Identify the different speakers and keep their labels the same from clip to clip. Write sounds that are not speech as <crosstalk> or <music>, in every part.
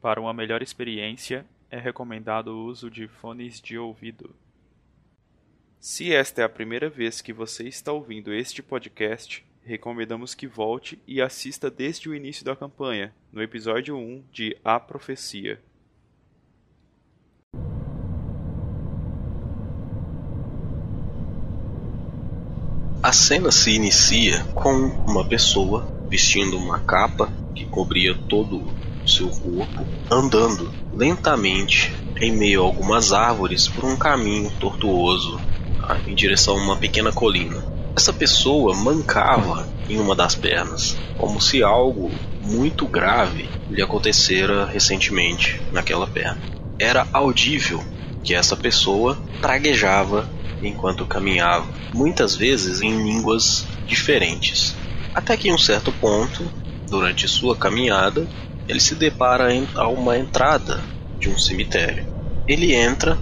Speaker 1: Para uma melhor experiência, é recomendado o uso de fones de ouvido. Se esta é a primeira vez que você está ouvindo este podcast, recomendamos que volte e assista desde o início da campanha, no episódio 1 de A Profecia.
Speaker 2: A cena se inicia com uma pessoa vestindo uma capa que cobria todo o seu corpo, andando lentamente em meio a algumas árvores por um caminho tortuoso ah, em direção a uma pequena colina. Essa pessoa mancava em uma das pernas, como se algo muito grave lhe acontecera recentemente naquela perna. Era audível que essa pessoa praguejava enquanto caminhava, muitas vezes em línguas diferentes. Até que em um certo ponto, durante sua caminhada, ele se depara a uma entrada de um cemitério. Ele entra,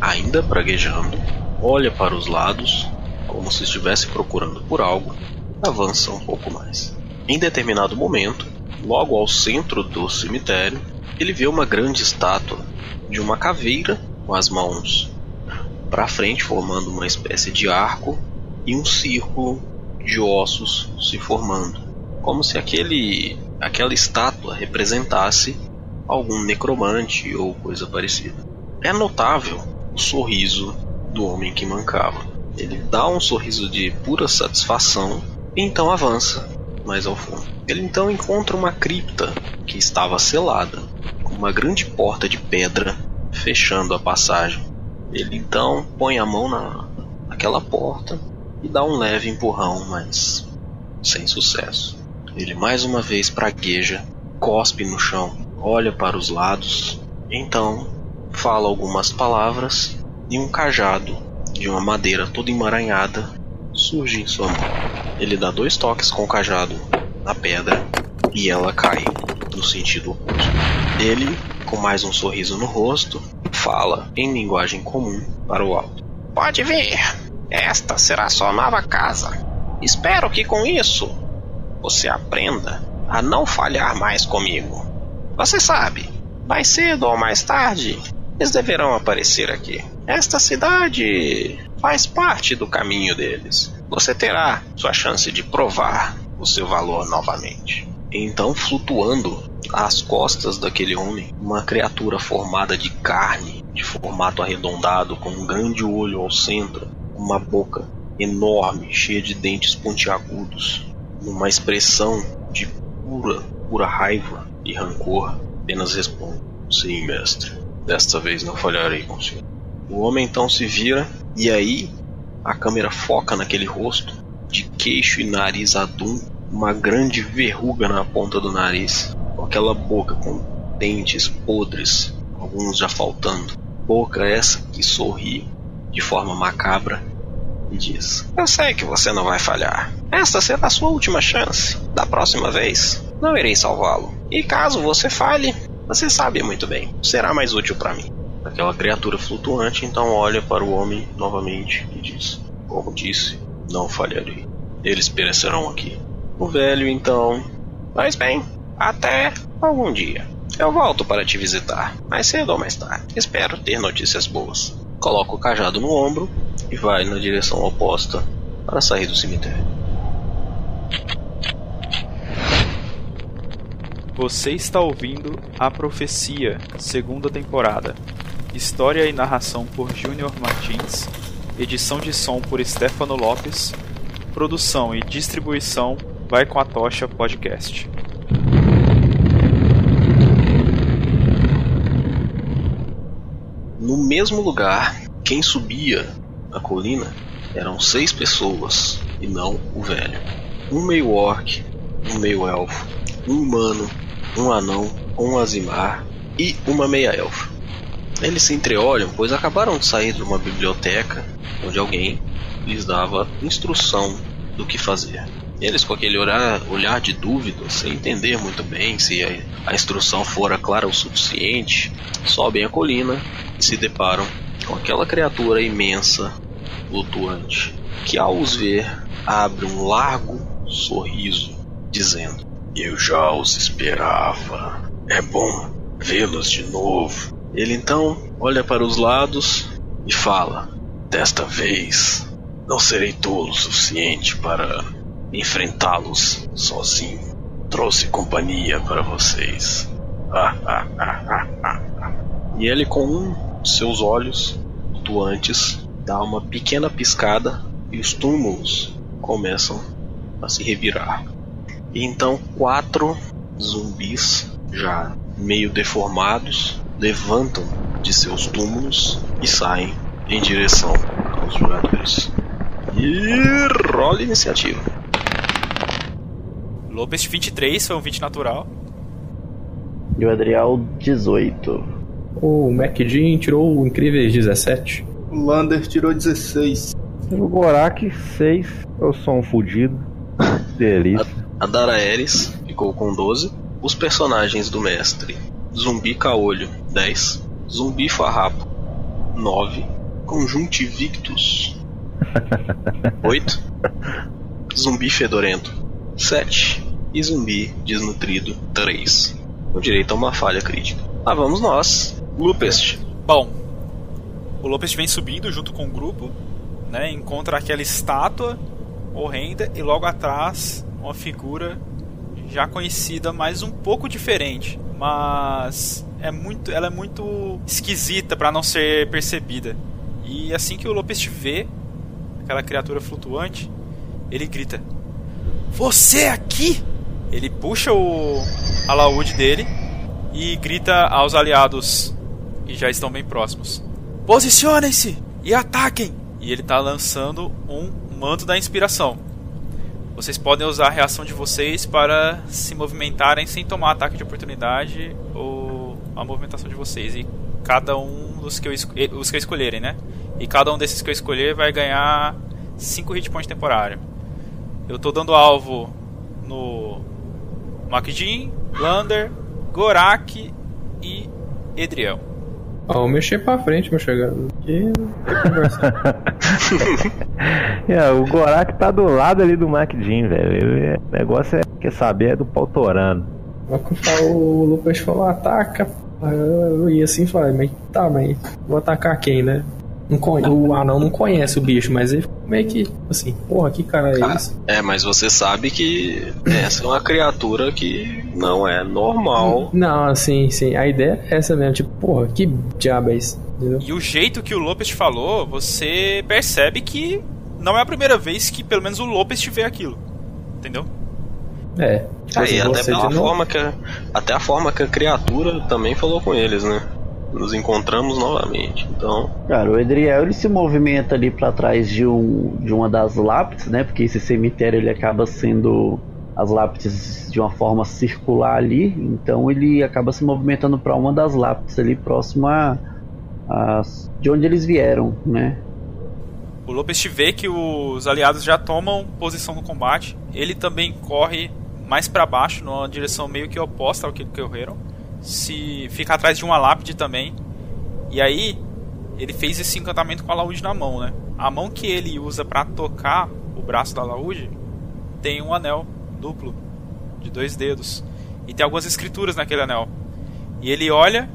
Speaker 2: ainda praguejando, olha para os lados, como se estivesse procurando por algo, avança um pouco mais. Em determinado momento, logo ao centro do cemitério, ele vê uma grande estátua de uma caveira com as mãos para frente, formando uma espécie de arco e um círculo de ossos se formando, como se aquele aquela estátua representasse algum necromante ou coisa parecida. É notável o sorriso do homem que mancava. Ele dá um sorriso de pura satisfação e então avança mais ao fundo. Ele então encontra uma cripta que estava selada, com uma grande porta de pedra fechando a passagem. Ele então põe a mão na, naquela porta e dá um leve empurrão, mas sem sucesso. Ele mais uma vez pragueja, cospe no chão, olha para os lados, então fala algumas palavras e um cajado de uma madeira toda emaranhada surge em sua mão. Ele dá dois toques com o cajado na pedra e ela cai no sentido oposto. Ele, com mais um sorriso no rosto, fala em linguagem comum para o alto.
Speaker 3: Pode vir, esta será sua nova casa. Espero que com isso você aprenda a não falhar mais comigo. Você sabe, mais cedo ou mais tarde, eles deverão aparecer aqui. Esta cidade faz parte do caminho deles. Você terá sua chance de provar o seu valor novamente.
Speaker 2: Então, flutuando às costas daquele homem, uma criatura formada de carne, de formato arredondado, com um grande olho ao centro, uma boca enorme, cheia de dentes pontiagudos, uma expressão de pura, pura raiva e rancor, apenas responde: Sim, mestre. Desta vez não falharei consigo. O homem então se vira e aí a câmera foca naquele rosto, de queixo e nariz adum, uma grande verruga na ponta do nariz, com aquela boca com dentes podres, alguns já faltando. Boca essa que sorri de forma macabra e diz:
Speaker 3: Eu sei que você não vai falhar. Esta será a sua última chance. Da próxima vez, não irei salvá-lo. E caso você falhe, você sabe muito bem, será mais útil para mim.
Speaker 2: Aquela criatura flutuante então olha para o homem novamente e diz: Como disse, não falharei. Eles perecerão aqui. O velho então.
Speaker 3: Pois bem, até algum dia. Eu volto para te visitar, mais cedo ou mais tarde. Espero ter notícias boas.
Speaker 2: Coloca o cajado no ombro e vai na direção oposta para sair do cemitério.
Speaker 1: Você está ouvindo A Profecia, segunda temporada. História e narração por Júnior Martins, edição de som por Stefano Lopes, produção e distribuição vai com a Tocha Podcast.
Speaker 2: No mesmo lugar, quem subia a colina eram seis pessoas e não o velho. Um meio orc, um meio elfo, um humano, um anão, um azimar e uma meia elfa. Eles se entreolham, pois acabaram de sair de uma biblioteca onde alguém lhes dava instrução do que fazer. Eles com aquele olhar, olhar de dúvida, sem entender muito bem se a, a instrução fora clara o suficiente, sobem a colina e se deparam com aquela criatura imensa, flutuante, que ao os ver abre um largo sorriso, dizendo:
Speaker 4: Eu já os esperava. É bom
Speaker 2: vê-los de novo. Ele então olha para os lados e fala: Desta vez não serei tolo o suficiente para enfrentá-los sozinho. Trouxe companhia para vocês. <laughs> Ah, ah, ah, ah, ah. E ele, com um de seus olhos flutuantes, dá uma pequena piscada e os túmulos começam a se revirar. E então, quatro zumbis, já meio deformados, levantam de seus túmulos e saem em direção aos jogadores. E rola iniciativa.
Speaker 1: Lopes 23 foi um 20 natural.
Speaker 4: E o Adriel, 18.
Speaker 5: O MacDean tirou incríveis 17.
Speaker 6: O Lander tirou 16.
Speaker 7: O Gorak, 6. Eu sou um fudido. Que
Speaker 4: <laughs>
Speaker 7: delícia.
Speaker 2: A Daraeris ficou com 12. Os personagens do mestre: Zumbi Caolho, 10. Zumbi Farrapo, 9. Conjuntivictus, 8. Zumbi Fedorento, 7. E Zumbi Desnutrido, 3. Com direito a uma falha crítica. Lá vamos nós. Lupest.
Speaker 1: Bom, o Lopes vem subindo junto com o grupo, né? Encontra aquela estátua horrenda e logo atrás uma figura já conhecida, mas um pouco diferente, mas é muito, ela é muito esquisita para não ser percebida. E assim que o Lopes vê aquela criatura flutuante, ele grita: "Você é aqui!" Ele puxa o alaúde dele e grita aos aliados que já estão bem próximos: Posicionem-se e ataquem! E ele está lançando um manto da inspiração. Vocês podem usar a reação de vocês para se movimentarem sem tomar ataque de oportunidade ou a movimentação de vocês. E cada um dos que eu, esco- eh, os que eu escolherem, né? E cada um desses que eu escolher vai ganhar 5 hit points temporário. Eu tô dando alvo no Makjin, Lander, Gorak e Edriel.
Speaker 5: Ó, Ah, eu mexer pra frente, meu chegado. E
Speaker 7: É, o Gorak tá do lado ali do MacDean, velho. Ele é- O negócio é quer saber é do pautorano.
Speaker 5: lá que eu falo, o Lucas falou, ataca. Aí Eu ia assim e falei, mas tá, mas vou atacar quem, né? Não conhe- O anão não conhece o bicho, mas ele meio que assim, porra, que cara é
Speaker 2: Cara.
Speaker 5: esse?
Speaker 2: É, mas você sabe que essa é uma criatura que não é normal.
Speaker 5: Não, assim, sim. A ideia é essa mesmo, tipo, porra, que diabo é esse? Entendeu?
Speaker 1: E o jeito que o Lopes falou, você percebe que não é a primeira vez que pelo menos o Lopes vê aquilo. Entendeu?
Speaker 5: É.
Speaker 2: Aí, até
Speaker 5: Você
Speaker 2: pela
Speaker 5: de novo?
Speaker 2: forma que a, até a forma que a criatura também falou com eles, né? Nos encontramos novamente. Então,
Speaker 4: Cara, o Edriel ele se movimenta ali pra trás de, um, de uma das lápides, né? Porque esse cemitério ele acaba sendo as lápides de uma forma circular ali, então ele acaba se movimentando pra uma das lápides ali próxima a, a- de onde eles vieram, né?
Speaker 1: O Lopes vê que os aliados já tomam posição no combate. Ele também corre mais pra baixo, numa direção meio que oposta ao que que correram. Se fica atrás de uma lápide também. E aí, ele fez esse encantamento com a alaúde na mão, né? A mão que ele usa pra tocar o braço da alaúde tem um anel duplo de dois dedos e tem algumas escrituras naquele anel. E ele olha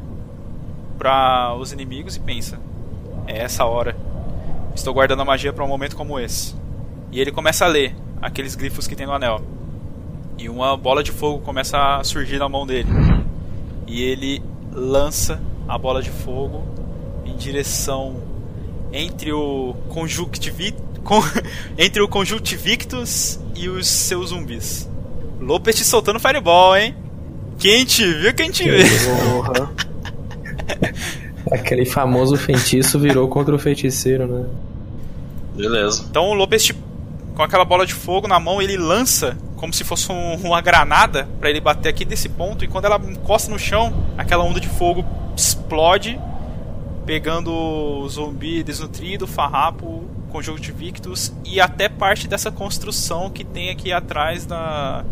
Speaker 1: pra os inimigos e pensa: é essa hora. Estou guardando a magia para um momento como esse. E ele começa a ler aqueles glifos que tem no anel. E uma bola de fogo começa a surgir na mão dele. E ele lança a bola de fogo em direção entre o conjuntivi- con- <laughs> entre o conjuntivictus e os seus zumbis. Lopes te soltando fireball, hein? Quem te viu, quem te vê.
Speaker 2: porra,
Speaker 5: Aquele famoso feitiço virou contra o feiticeiro, né?
Speaker 2: beleza.
Speaker 1: Então o Lopes, tipo, com aquela bola de fogo na mão, ele lança como se fosse um- uma granada pra ele bater aqui nesse ponto. E quando ela encosta no chão, aquela onda de fogo explode, pegando o zumbi desnutrido, farrapo, conjuntivictus e até parte dessa construção que tem aqui atrás da.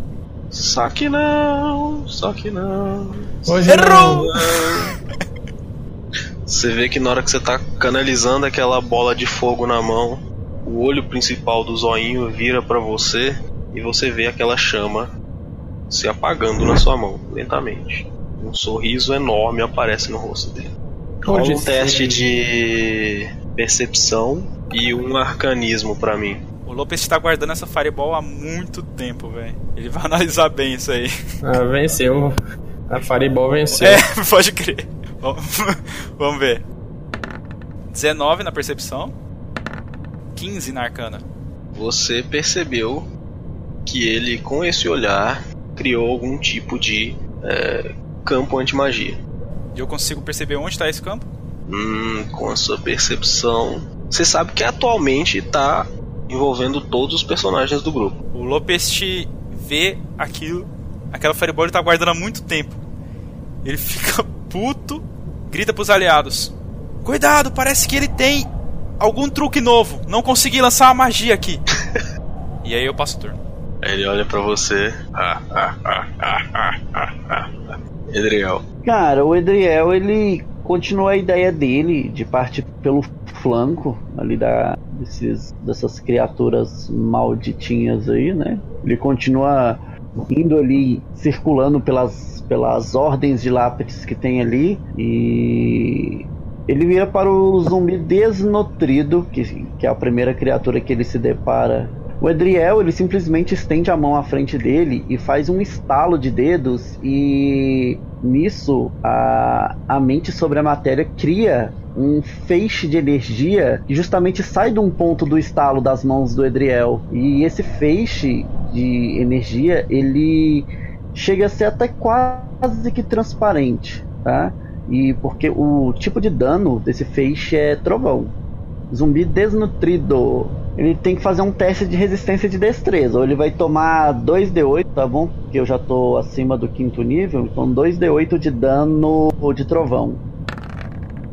Speaker 2: Só que não, só que não.
Speaker 5: Hoje
Speaker 1: Errou!
Speaker 2: Você vê que na hora que você tá canalizando aquela bola de fogo na mão, o olho principal do zoinho vira pra você e você vê aquela chama se apagando na sua mão, lentamente. Um sorriso enorme aparece no rosto dele. Rola
Speaker 5: Pode
Speaker 2: um
Speaker 5: ser.
Speaker 2: teste de percepção e um arcanismo pra mim.
Speaker 8: O Lopes tá guardando essa fireball há muito tempo, velho.
Speaker 1: <laughs>
Speaker 8: Ele vai analisar bem isso aí.
Speaker 5: Ah, venceu. A Fireball venceu.
Speaker 8: É, <laughs> pode crer. Vamos, <laughs> vamos ver. 19 na percepção. 15 na arcana.
Speaker 2: Você percebeu que ele, com esse olhar, criou algum tipo de é, campo anti-magia.
Speaker 8: E eu consigo perceber onde tá esse campo?
Speaker 2: Hum, com a sua percepção. Você sabe que atualmente tá envolvendo todos os personagens do grupo.
Speaker 8: O Lopeste vê aquilo, aquela fireball ele tá guardando há muito tempo. Ele <laughs> fica puto, grita pros aliados: Cuidado, parece que ele tem algum truque novo. Não consegui lançar a magia aqui. e aí eu passo o turno.
Speaker 2: Aí Ele olha pra você. Ah, ah, ah, ah, ah, ah, ah, ah. Edriel.
Speaker 4: Cara, o Edriel, ele continua a ideia dele de partir pelo flanco ali da, desses, dessas criaturas malditinhas aí, né? Ele continua indo ali, circulando pelas, pelas ordens de lápis que tem ali e ele vira para o zumbi desnutrido, que, que é a primeira criatura que ele se depara. O Edriel, ele simplesmente estende a mão à frente dele e faz um estalo de dedos e nisso a, a mente sobre a matéria cria um feixe de energia que justamente sai de um ponto do estalo das mãos do Edriel. E esse feixe de energia, ele chega a ser até quase que transparente, tá? E porque o tipo de dano desse feixe é trovão. Zumbi desnutrido. Ele tem que fazer um teste de resistência de destreza. Ou ele vai tomar 2d8, tá bom? Porque eu já tô acima do quinto nível. Então 2d8 de dano de trovão.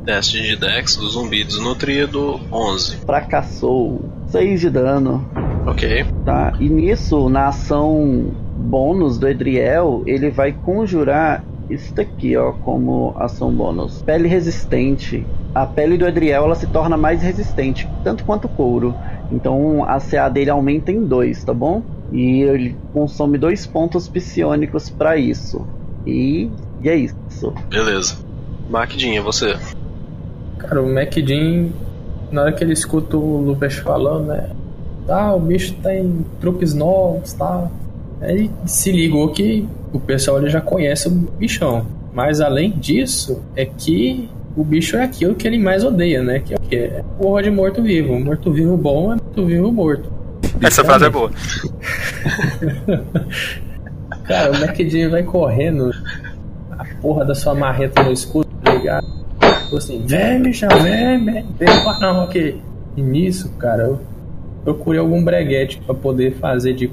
Speaker 2: Teste de Dex do zumbi desnutrido 11.
Speaker 4: Fracassou. 6 de dano.
Speaker 2: Ok.
Speaker 4: Tá? E nisso, na ação bônus do Edriel, ele vai conjurar isso daqui, ó, como ação bônus. Pele resistente. A pele do Edriel ela se torna mais resistente, tanto quanto o couro. Então a CA dele aumenta em 2, tá bom? E ele consome dois pontos psionicos pra isso. E, e é isso.
Speaker 2: Beleza. Maquidinha, você.
Speaker 5: Cara, o Mac Jean, na hora que ele escuta o Lucas falando, né? Ah, o bicho tem truques novos, tá? Aí se ligou que o pessoal ele já conhece o bichão. Mas além disso, é que o bicho é aquilo que ele mais odeia, né? Que é o quê? O horror de morto-vivo. Morto-vivo bom é morto-vivo morto.
Speaker 8: Essa frase é boa.
Speaker 5: Cara, o Mac Jean vai correndo, a porra da sua marreta no escudo, tá ligado? Falou assim, vem, bichão, vem, vem, vem pra não aqui. E nisso, cara, eu procurei algum breguete pra poder fazer de.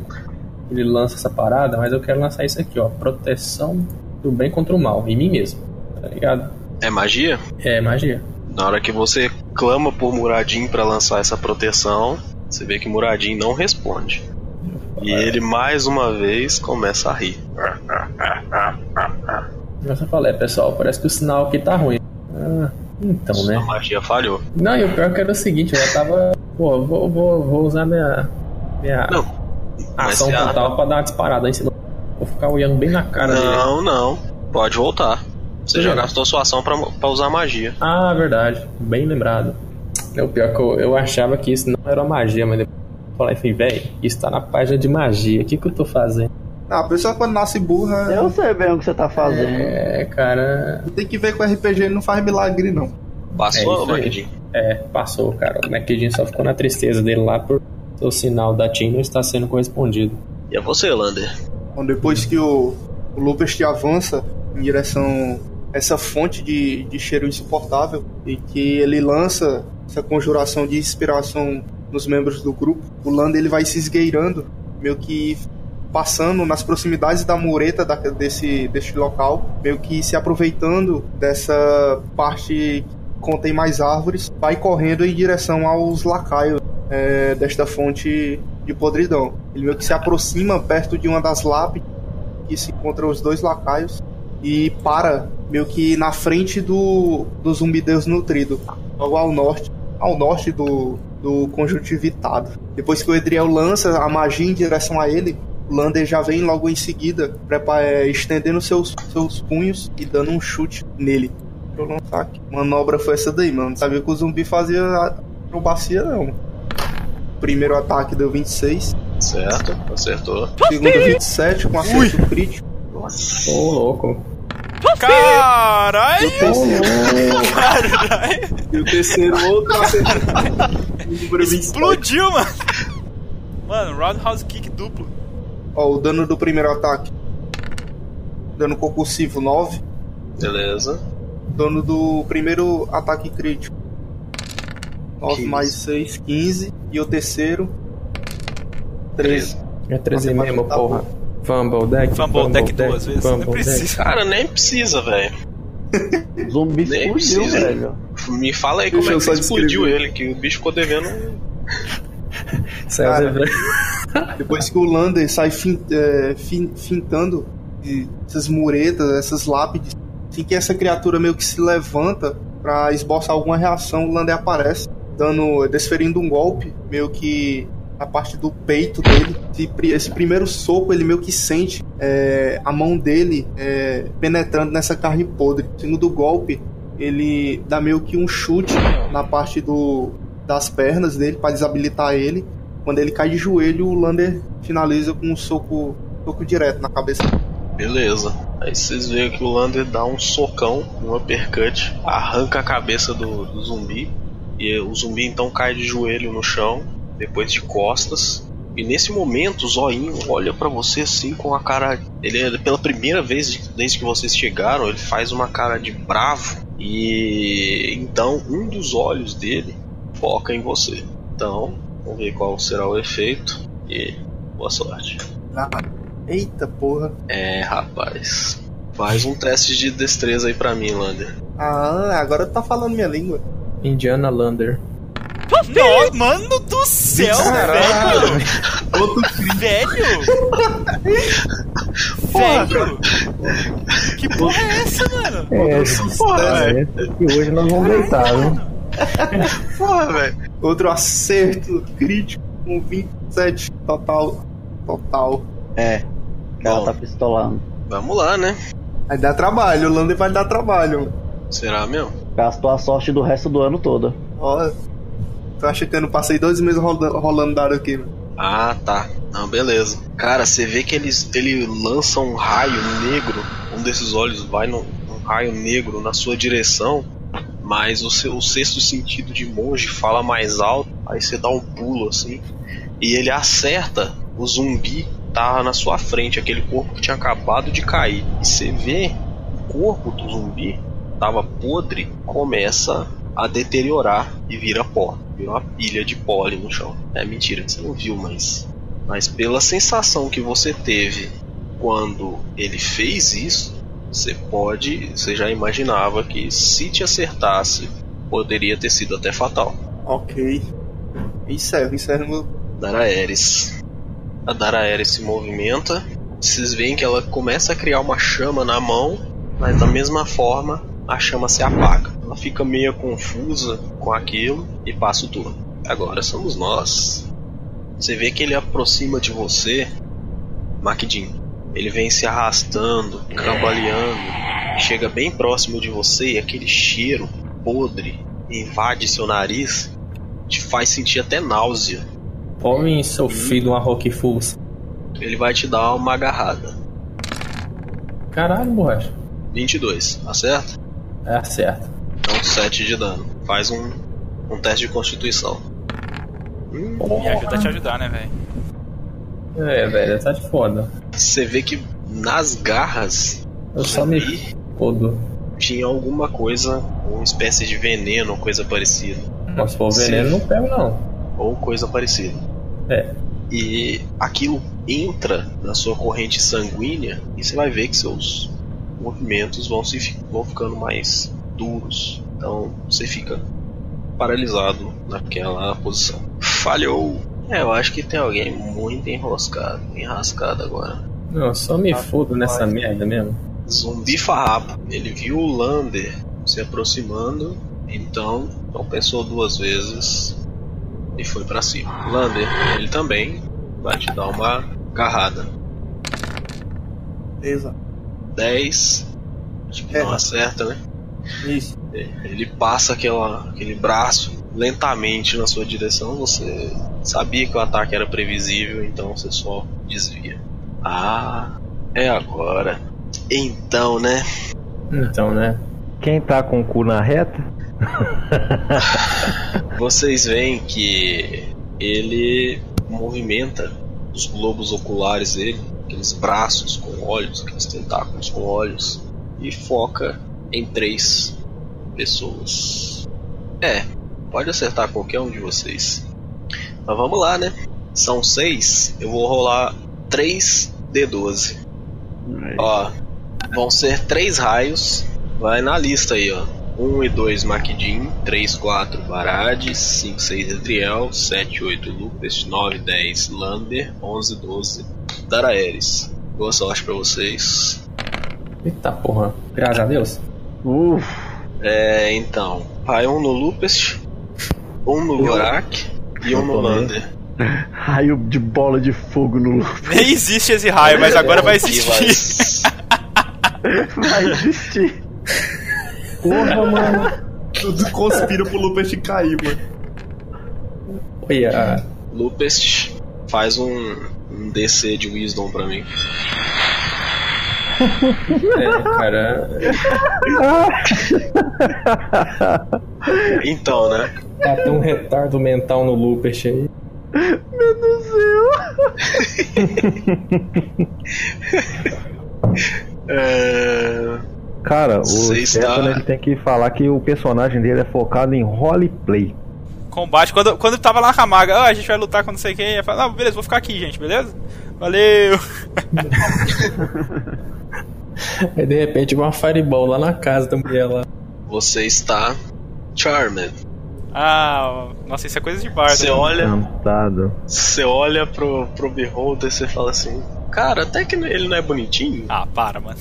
Speaker 5: Ele lança essa parada, mas eu quero lançar isso aqui, ó. Proteção do bem contra o mal, em mim mesmo, tá ligado?
Speaker 2: É magia?
Speaker 5: É magia.
Speaker 2: Na hora que você clama por Muradin pra lançar essa proteção, você vê que Muradin não responde. E
Speaker 5: É.
Speaker 2: ele mais uma vez começa a rir.
Speaker 5: Mas eu falei, "É, pessoal, parece que o sinal aqui tá ruim. Ah, então, né?
Speaker 2: A magia falhou.
Speaker 5: Não, e o pior que era o seguinte, eu já tava. Pô, vou, vou, vou usar minha. Minha
Speaker 2: Não, Mas
Speaker 5: ação
Speaker 2: se a-
Speaker 5: total pra dar uma disparada em cima. Vou ficar olhando bem na cara é. dele.
Speaker 2: Não, não. Pode voltar. Você já
Speaker 5: Sim.
Speaker 2: gastou sua ação pra, pra usar magia.
Speaker 5: Ah, verdade. Bem lembrado. É o pior que eu, eu achava que isso não era uma magia, mas depois eu falei, falei, velho, isso tá na página de magia. O que que eu tô fazendo?
Speaker 6: Ah, a pessoa quando nasce burra,
Speaker 4: Eu sei bem o que você tá
Speaker 2: Hum.
Speaker 4: fazendo.
Speaker 5: É, cara.
Speaker 6: tem que ver que o RPG ele não faz milagre, não.
Speaker 5: É
Speaker 2: Passou,
Speaker 5: isso aí.
Speaker 2: Maquidinho?
Speaker 5: É, passou, cara. O McKidin só ficou na tristeza dele lá por o sinal da Tim não estar sendo correspondido.
Speaker 2: E é você, Lander.
Speaker 6: Então, depois que o, o Lupus te avança em direção a essa fonte de, de cheiro insuportável e que ele lança essa conjuração de inspiração nos membros do grupo, o Lando ele vai se esgueirando, meio que passando nas proximidades da mureta da- desse, deste local, meio que se aproveitando dessa parte que contém mais árvores, vai correndo em direção aos lacaios é, desta fonte de podridão. Ele meio que se aproxima perto de uma das lápides que se encontram os dois lacaios e para meio que na frente do, do zumbi desnutrido, logo ao norte, ao norte do, do conjuntivitado. Depois que o Edriel lança a magia em direção a ele, Lander já vem logo em seguida, prepa- é, estendendo seus, seus punhos e dando um chute nele. Eu não saque. Manobra foi essa daí, mano. Não sabia que o zumbi fazia acrobacia, não. Primeiro ataque deu 26,
Speaker 2: Certo, acertou.
Speaker 6: segundo 27 com acerto crítico.
Speaker 5: Ô, louco.
Speaker 6: E
Speaker 8: Caralho!
Speaker 6: o terceiro, e o terceiro outro acerto número 27.
Speaker 8: Explodiu, mano! Mano, Roundhouse Kick duplo.
Speaker 6: Ó, o dano do primeiro ataque. Dano concursivo 9.
Speaker 2: Beleza.
Speaker 6: Dono do primeiro ataque crítico. 9
Speaker 2: 15.
Speaker 6: mais 6, 15. E o terceiro. 13.
Speaker 5: É 13
Speaker 6: Nossa,
Speaker 5: mesmo,
Speaker 6: tá
Speaker 5: porra. Fumble deck.
Speaker 8: Fumble deck duas vezes. É Não precisa.
Speaker 2: Cara, nem precisa, velho.
Speaker 4: O zumbi
Speaker 2: Nem
Speaker 4: explodiu,
Speaker 2: precisa.
Speaker 4: velho.
Speaker 2: Me fala aí
Speaker 6: Deixa
Speaker 2: como é
Speaker 6: eu
Speaker 2: que
Speaker 6: só
Speaker 2: você explodiu
Speaker 6: descrever.
Speaker 2: ele, que o bicho ficou devendo.
Speaker 6: Cara.
Speaker 5: César,
Speaker 6: Depois que o Lander sai fin- é, fin- fintando de- essas muretas, essas lápides. Assim que essa criatura meio que se levanta pra esboçar alguma reação, o Lander aparece, dando, desferindo um golpe, meio que na parte do peito dele. Esse, pri- esse primeiro soco ele meio que sente é, a mão dele é, penetrando nessa carne podre. O segundo golpe ele dá meio que um chute na parte do, das pernas dele pra desabilitar ele. Quando ele cai de joelho, o Lander finaliza com um soco, soco direto na cabeça.
Speaker 2: Beleza. Aí vocês veem que o Lander dá um socão, um uppercut, arranca a cabeça do, do zumbi. E o zumbi então cai de joelho no chão, depois de costas. E nesse momento o Zoinho olha pra você assim com a cara. Ele, ele, pela primeira vez de- desde que vocês chegaram, ele faz uma cara de bravo. E então um dos olhos dele foca em você. Então, vamos ver qual será o efeito. E boa sorte.
Speaker 6: Ah, eita porra.
Speaker 2: É, rapaz. Faz um teste de destreza aí pra mim, Lander.
Speaker 6: Ah, agora tá falando minha língua.
Speaker 5: Indiana Lander.
Speaker 8: Nossa, mano do céu,
Speaker 6: Caralho.
Speaker 8: é um velho! Velho!
Speaker 2: Porra,
Speaker 8: velho! Que porra é essa, mano?
Speaker 7: É, é, que hoje nós vamos deitar, viu?
Speaker 2: Porra, velho.
Speaker 6: Outro acerto crítico com 27 total. Total.
Speaker 4: É. O cara
Speaker 2: Bom.
Speaker 4: tá pistolando.
Speaker 2: Vamos lá, né?
Speaker 6: Vai dar trabalho, o Lander vai dar trabalho.
Speaker 2: Será mesmo?
Speaker 4: Gastou a sorte do resto do ano todo.
Speaker 6: Ó, tu acha que eu não passei dois meses roda- rolando dado aqui? mano?
Speaker 2: Ah, tá. Não, beleza. Cara, você vê que eles, ele lança um raio negro. Um desses olhos vai num um raio negro na sua direção. Mas o seu o sexto sentido de monge fala mais alto. Aí você dá um pulo assim. E ele acerta o zumbi tá na sua frente, aquele corpo que tinha acabado de cair. E você vê o corpo do zumbi tava podre, começa a deteriorar e vira pó. Vira uma pilha de pó ali no chão. É mentira que você não viu, mas. Mas pela sensação que você teve quando ele fez isso, você pode. Você já imaginava que se te acertasse, poderia ter sido até fatal.
Speaker 6: Ok. Encerro, encerro meu.
Speaker 2: Daraeris. A Daraeris se movimenta. Vocês veem que ela começa a criar uma chama na mão, mas da mesma forma a chama se apaga. Ela fica meio confusa com aquilo e passa o turno. Agora somos nós. Você vê que ele aproxima de você, Maquidin. Ele vem se arrastando, cambaleando, chega bem próximo de você e aquele cheiro podre invade seu nariz, te faz sentir até náusea.
Speaker 5: Homem sofrido uma Rock Fools.
Speaker 2: Ele vai te dar uma agarrada.
Speaker 5: Caralho, borracha.
Speaker 2: 22, acerta?
Speaker 5: É certo.
Speaker 2: tá Então 7 de dano. Faz um, um teste de constituição. Hum.
Speaker 8: Me ajuda a te ajudar, né, velho?
Speaker 5: É, velho, tá de foda.
Speaker 2: Você vê que nas garras
Speaker 5: Eu só me fodo.
Speaker 2: tinha alguma coisa, uma espécie de veneno, coisa parecida.
Speaker 5: Mas se for veneno,
Speaker 2: Sim.
Speaker 5: não pego não.
Speaker 2: Ou coisa parecida.
Speaker 5: É.
Speaker 2: E aquilo entra na sua corrente sanguínea e você vai ver que seus movimentos vão, se, fi- vão ficando mais duros. Então você fica paralisado naquela posição. Falhou! É, eu acho que tem alguém muito enroscado, enrascado agora.
Speaker 5: Não, eu só me
Speaker 6: Ah,
Speaker 5: fodo nessa
Speaker 6: vai.
Speaker 5: merda mesmo.
Speaker 2: Zumbi farrapo. Ele viu o Lander se aproximando, então não pensou duas vezes e foi pra cima. Lander, ele também vai te dar uma agarrada.
Speaker 6: Exato.
Speaker 2: 10. Acho que não
Speaker 6: É.
Speaker 2: acerta, né?
Speaker 6: Isso.
Speaker 2: Ele passa aquela, aquele braço lentamente na sua direção. Você sabia que o ataque era previsível, então você só desvia. Ah, é agora. Então, né?
Speaker 5: Então, né?
Speaker 7: Quem tá com o cu na reta?
Speaker 2: Vocês veem que ele movimenta os globos oculares dele, aqueles braços com olhos, aqueles tentáculos com olhos, e foca em três pessoas. É, pode acertar qualquer um de vocês. Mas vamos lá, né? São seis, eu vou rolar três D12. Ó, vão ser três raios. Vai na lista aí, ó. 1 e 2 Maquidin, 3, 4 Barad, 5, 6 Edriel, 7, 8 Lupest, 9, 10 Lander, 11, 12 Daraeris. Boa sorte pra vocês.
Speaker 5: Eita porra. Graças a Deus.
Speaker 4: Uf,
Speaker 2: É, então, vai um no Lupest, um no Gorak e um no Lander.
Speaker 4: raio de bola de fogo no Luffy.
Speaker 8: Nem existe esse raio, mas agora vai
Speaker 2: E
Speaker 8: existir.
Speaker 2: vai- <laughs>
Speaker 4: Vai existir.
Speaker 6: Porra, mano. Tudo conspira pro Lupest cair, mano. <laughs>
Speaker 5: Olha.
Speaker 2: Lupest faz um, um DC de Wisdom pra mim.
Speaker 5: É, cara.
Speaker 2: Então, né?
Speaker 5: Tá tem um retardo mental no Lupest aí.
Speaker 2: É...
Speaker 7: Cara, o
Speaker 2: Você está-
Speaker 7: Stefano
Speaker 4: né?
Speaker 7: ele tem que falar que o personagem dele é focado em roleplay.
Speaker 8: Combate. Quando, quando tava lá com a maga, ah, a gente vai lutar com não sei quem. Eu falei, não, beleza, vou ficar aqui, gente, beleza? Valeu. <laughs>
Speaker 5: Aí de repente vai uma fireball lá na casa da mulher lá.
Speaker 2: Você está Charmed.
Speaker 8: Ah, nossa, isso é coisa de bardo.
Speaker 2: Você olha
Speaker 7: Cantado.
Speaker 2: Você olha pro, pro Beholder e você fala assim: Cara, até que ele não é bonitinho.
Speaker 8: Ah, para, mano.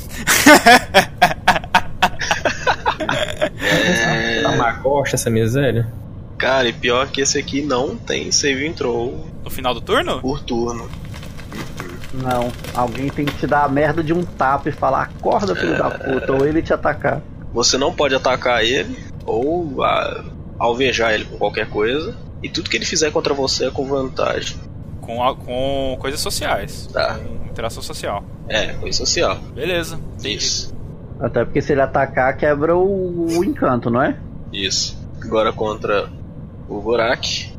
Speaker 6: É.
Speaker 5: Tá macosta essa miséria.
Speaker 2: Cara, e pior que esse aqui não tem save entrou
Speaker 8: No final do turno?
Speaker 2: por turno.
Speaker 4: Não, alguém tem que te dar a merda de um tapa e falar, acorda, filho da puta, ou ele te atacar.
Speaker 2: Você não pode atacar ele ou ah, alvejar ele com qualquer coisa. E tudo que ele fizer contra você é com vantagem.
Speaker 8: Com, a- com coisas sociais.
Speaker 2: Tá.
Speaker 8: Com interação social.
Speaker 2: É, coisa social.
Speaker 8: Beleza.
Speaker 2: Isso.
Speaker 4: Até porque se ele atacar, quebra o, o encanto, não é?
Speaker 2: Isso. Agora contra o Gorak.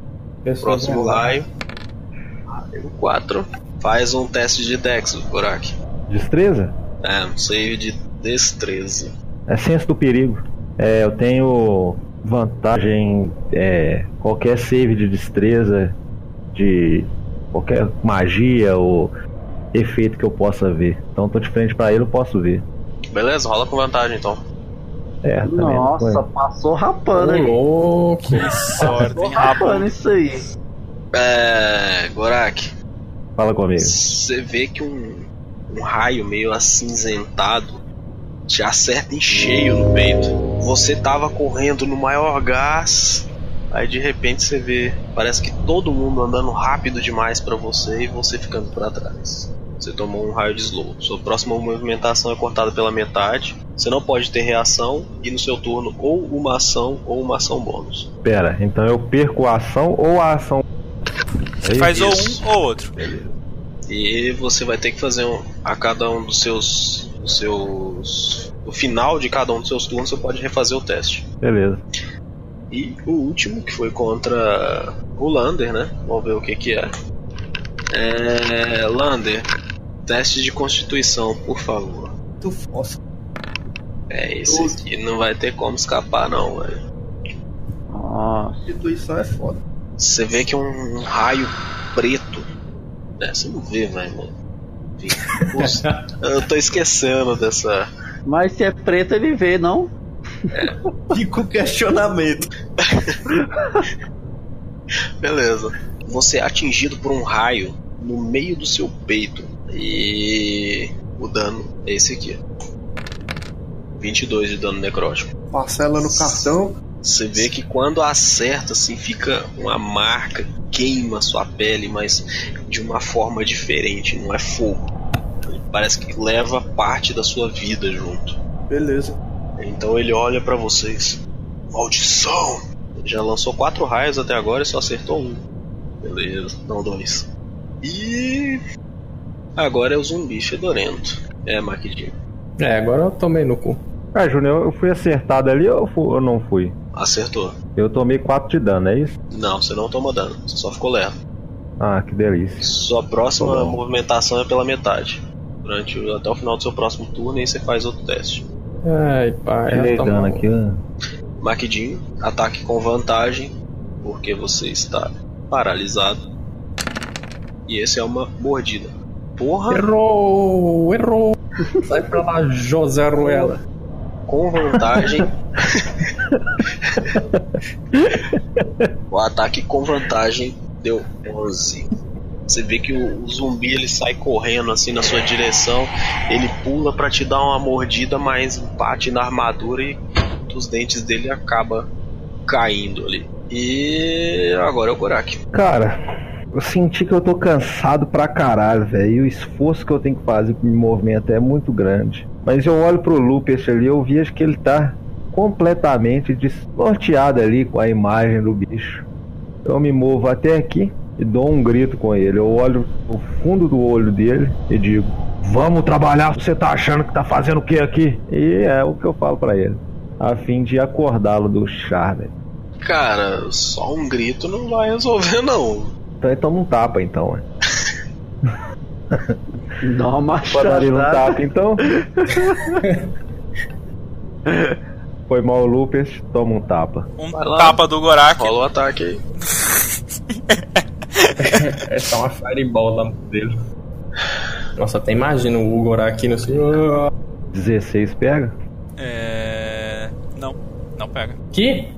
Speaker 5: Pessoas
Speaker 2: Próximo raio. Raio 4. Faz um teste de Dex, Gorak.
Speaker 7: Destreza?
Speaker 2: É, um save de destreza.
Speaker 7: É senso do perigo. É, eu tenho vantagem é, qualquer save de destreza, de qualquer magia ou efeito que eu possa ver. Então tô de frente pra ele, eu posso ver.
Speaker 2: Beleza, rola com vantagem então.
Speaker 7: É, também não
Speaker 4: Nossa,
Speaker 7: foi.
Speaker 4: passou rapando
Speaker 5: Ô,
Speaker 4: aí.
Speaker 5: louco.
Speaker 8: Que sorte,
Speaker 4: Passou
Speaker 8: hein, rapaz.
Speaker 4: rapando isso aí.
Speaker 2: É. Gorak,
Speaker 7: Fala comigo.
Speaker 2: você vê que um, um raio meio acinzentado te acerta em cheio no peito. Você tava correndo no maior gás, aí de repente você vê, parece que todo mundo andando rápido demais pra você e você ficando pra trás. Você tomou um raio de slow. Sua próxima movimentação é cortada pela metade. Você não pode ter reação e no seu turno ou uma ação ou uma ação bônus.
Speaker 7: Pera, então eu perco a ação ou a ação.
Speaker 8: Você faz ou
Speaker 2: Isso.
Speaker 8: um ou outro.
Speaker 2: E você vai ter que fazer um, a cada um dos seus. Dos seus. No final de cada um dos seus turnos você pode refazer o teste.
Speaker 7: Beleza.
Speaker 2: E o último, que foi contra o Lander, né? Vamos ver o que que é. É. Lander, teste de constituição, por favor.
Speaker 6: Tu fossa.
Speaker 2: É, esse aqui não vai ter como escapar não, velho.
Speaker 4: Nossa,
Speaker 6: Instituição é foda.
Speaker 2: Você vê que um, um raio preto. É, você não vê, velho, mano. Enfim, Eu tô esquecendo dessa.
Speaker 4: mas se é preto ele vê, não?
Speaker 6: Fica o questionamento.
Speaker 2: Beleza. Você é atingido por um raio no meio do seu peito. E o dano é esse aqui. 22 de dano necrótico.
Speaker 6: Parcela no cartão.
Speaker 2: Você vê que quando acerta, assim, fica uma marca, queima sua pele, mas de uma forma diferente, não é fogo. Ele Parece que leva parte da sua vida junto.
Speaker 6: Beleza.
Speaker 2: Então ele olha pra vocês. Maldição! Ele já lançou quatro raios até agora e só acertou um. Beleza, não dois. E agora é o zumbi fedorento. É, Maquidinho.
Speaker 5: É, agora eu tomei no cu.
Speaker 7: Ah, Júnior, eu fui acertado ali ou eu fu- eu não fui?
Speaker 2: Acertou.
Speaker 7: Eu tomei 4 de dano, é isso?
Speaker 2: Não, você não toma dano, você só ficou leve.
Speaker 7: Ah, que delícia.
Speaker 2: Sua próxima
Speaker 7: Tá bom.
Speaker 2: movimentação é pela metade. Durante o- até o final do seu próximo turno, aí você faz outro teste.
Speaker 5: Ai, pai. já
Speaker 7: Tirei
Speaker 5: tá
Speaker 7: dano
Speaker 5: mal.
Speaker 7: aqui, ó.
Speaker 2: Maquidinho, ataque com vantagem, porque você está paralisado. E esse é uma mordida. Porra,
Speaker 5: Errou! Errou! Sai pra lá, José Ruela.
Speaker 2: com vantagem. o ataque com vantagem deu 11. Você vê que o, o zumbi ele sai correndo assim na sua direção, ele pula pra te dar uma mordida, mas bate na armadura e os dentes dele acaba caindo ali. E agora é o Gorak.
Speaker 7: Cara, eu senti que eu tô cansado pra caralho, velho. E o esforço que eu tenho que fazer pro meu movimento é muito grande. Mas eu olho pro Lupus ali, eu vejo que ele tá completamente desnorteado ali com a imagem do bicho. Então Eu me movo até aqui e dou um grito com ele. Eu olho no fundo do olho dele e digo: Vamos trabalhar, você tá achando que tá fazendo o que aqui? E é o que eu falo pra ele, a fim de acordá-lo do charme.
Speaker 2: Cara, só um grito não vai resolver não.
Speaker 7: Então ele toma um tapa então, né?
Speaker 4: Dá uma
Speaker 7: Pode
Speaker 4: machadada.
Speaker 7: dar um tapa então? <laughs> Foi mal o Lupus, toma um tapa.
Speaker 8: Um
Speaker 2: Vai lá.
Speaker 8: tapa do Gorak.
Speaker 2: Rola o ataque aí.
Speaker 5: É só uma fireball lá dele. Nossa, até imagina o Gorak aqui no senhor.
Speaker 7: 16 pega?
Speaker 8: É. Não, não pega.
Speaker 5: Que?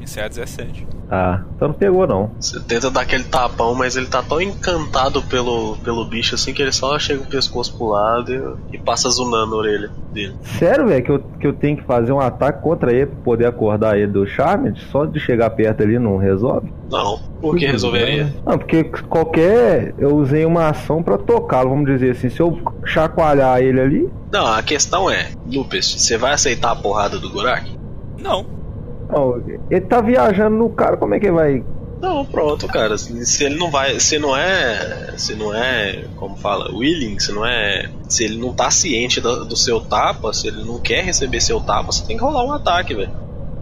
Speaker 8: Isso é a 17.
Speaker 7: Ah, então não pegou não.
Speaker 2: Você tenta dar aquele tapão, mas ele tá tão encantado pelo, pelo bicho assim que ele só chega o pescoço pro lado e, e passa zunando a orelha dele.
Speaker 7: Sério, velho, que eu, que eu tenho que fazer um ataque contra ele pra poder acordar ele do Charmed? Só de chegar perto ali não resolve?
Speaker 2: Não, por que resolveria?
Speaker 7: Não, é? porque qualquer. Eu usei uma ação pra tocá-lo, vamos dizer assim. Se eu chacoalhar ele ali.
Speaker 2: Não, a questão é, Lupus, você vai aceitar a porrada do Gorak?
Speaker 8: Não.
Speaker 7: Não, ele tá viajando no cara, como é que ele vai.
Speaker 2: Não, pronto, cara. Se se ele não vai. Se não é. Se não é. Como fala? Willing, se não é. Se ele não tá ciente da- do, seu tapa, se ele não quer receber seu tapa, você tem que rolar um ataque, velho.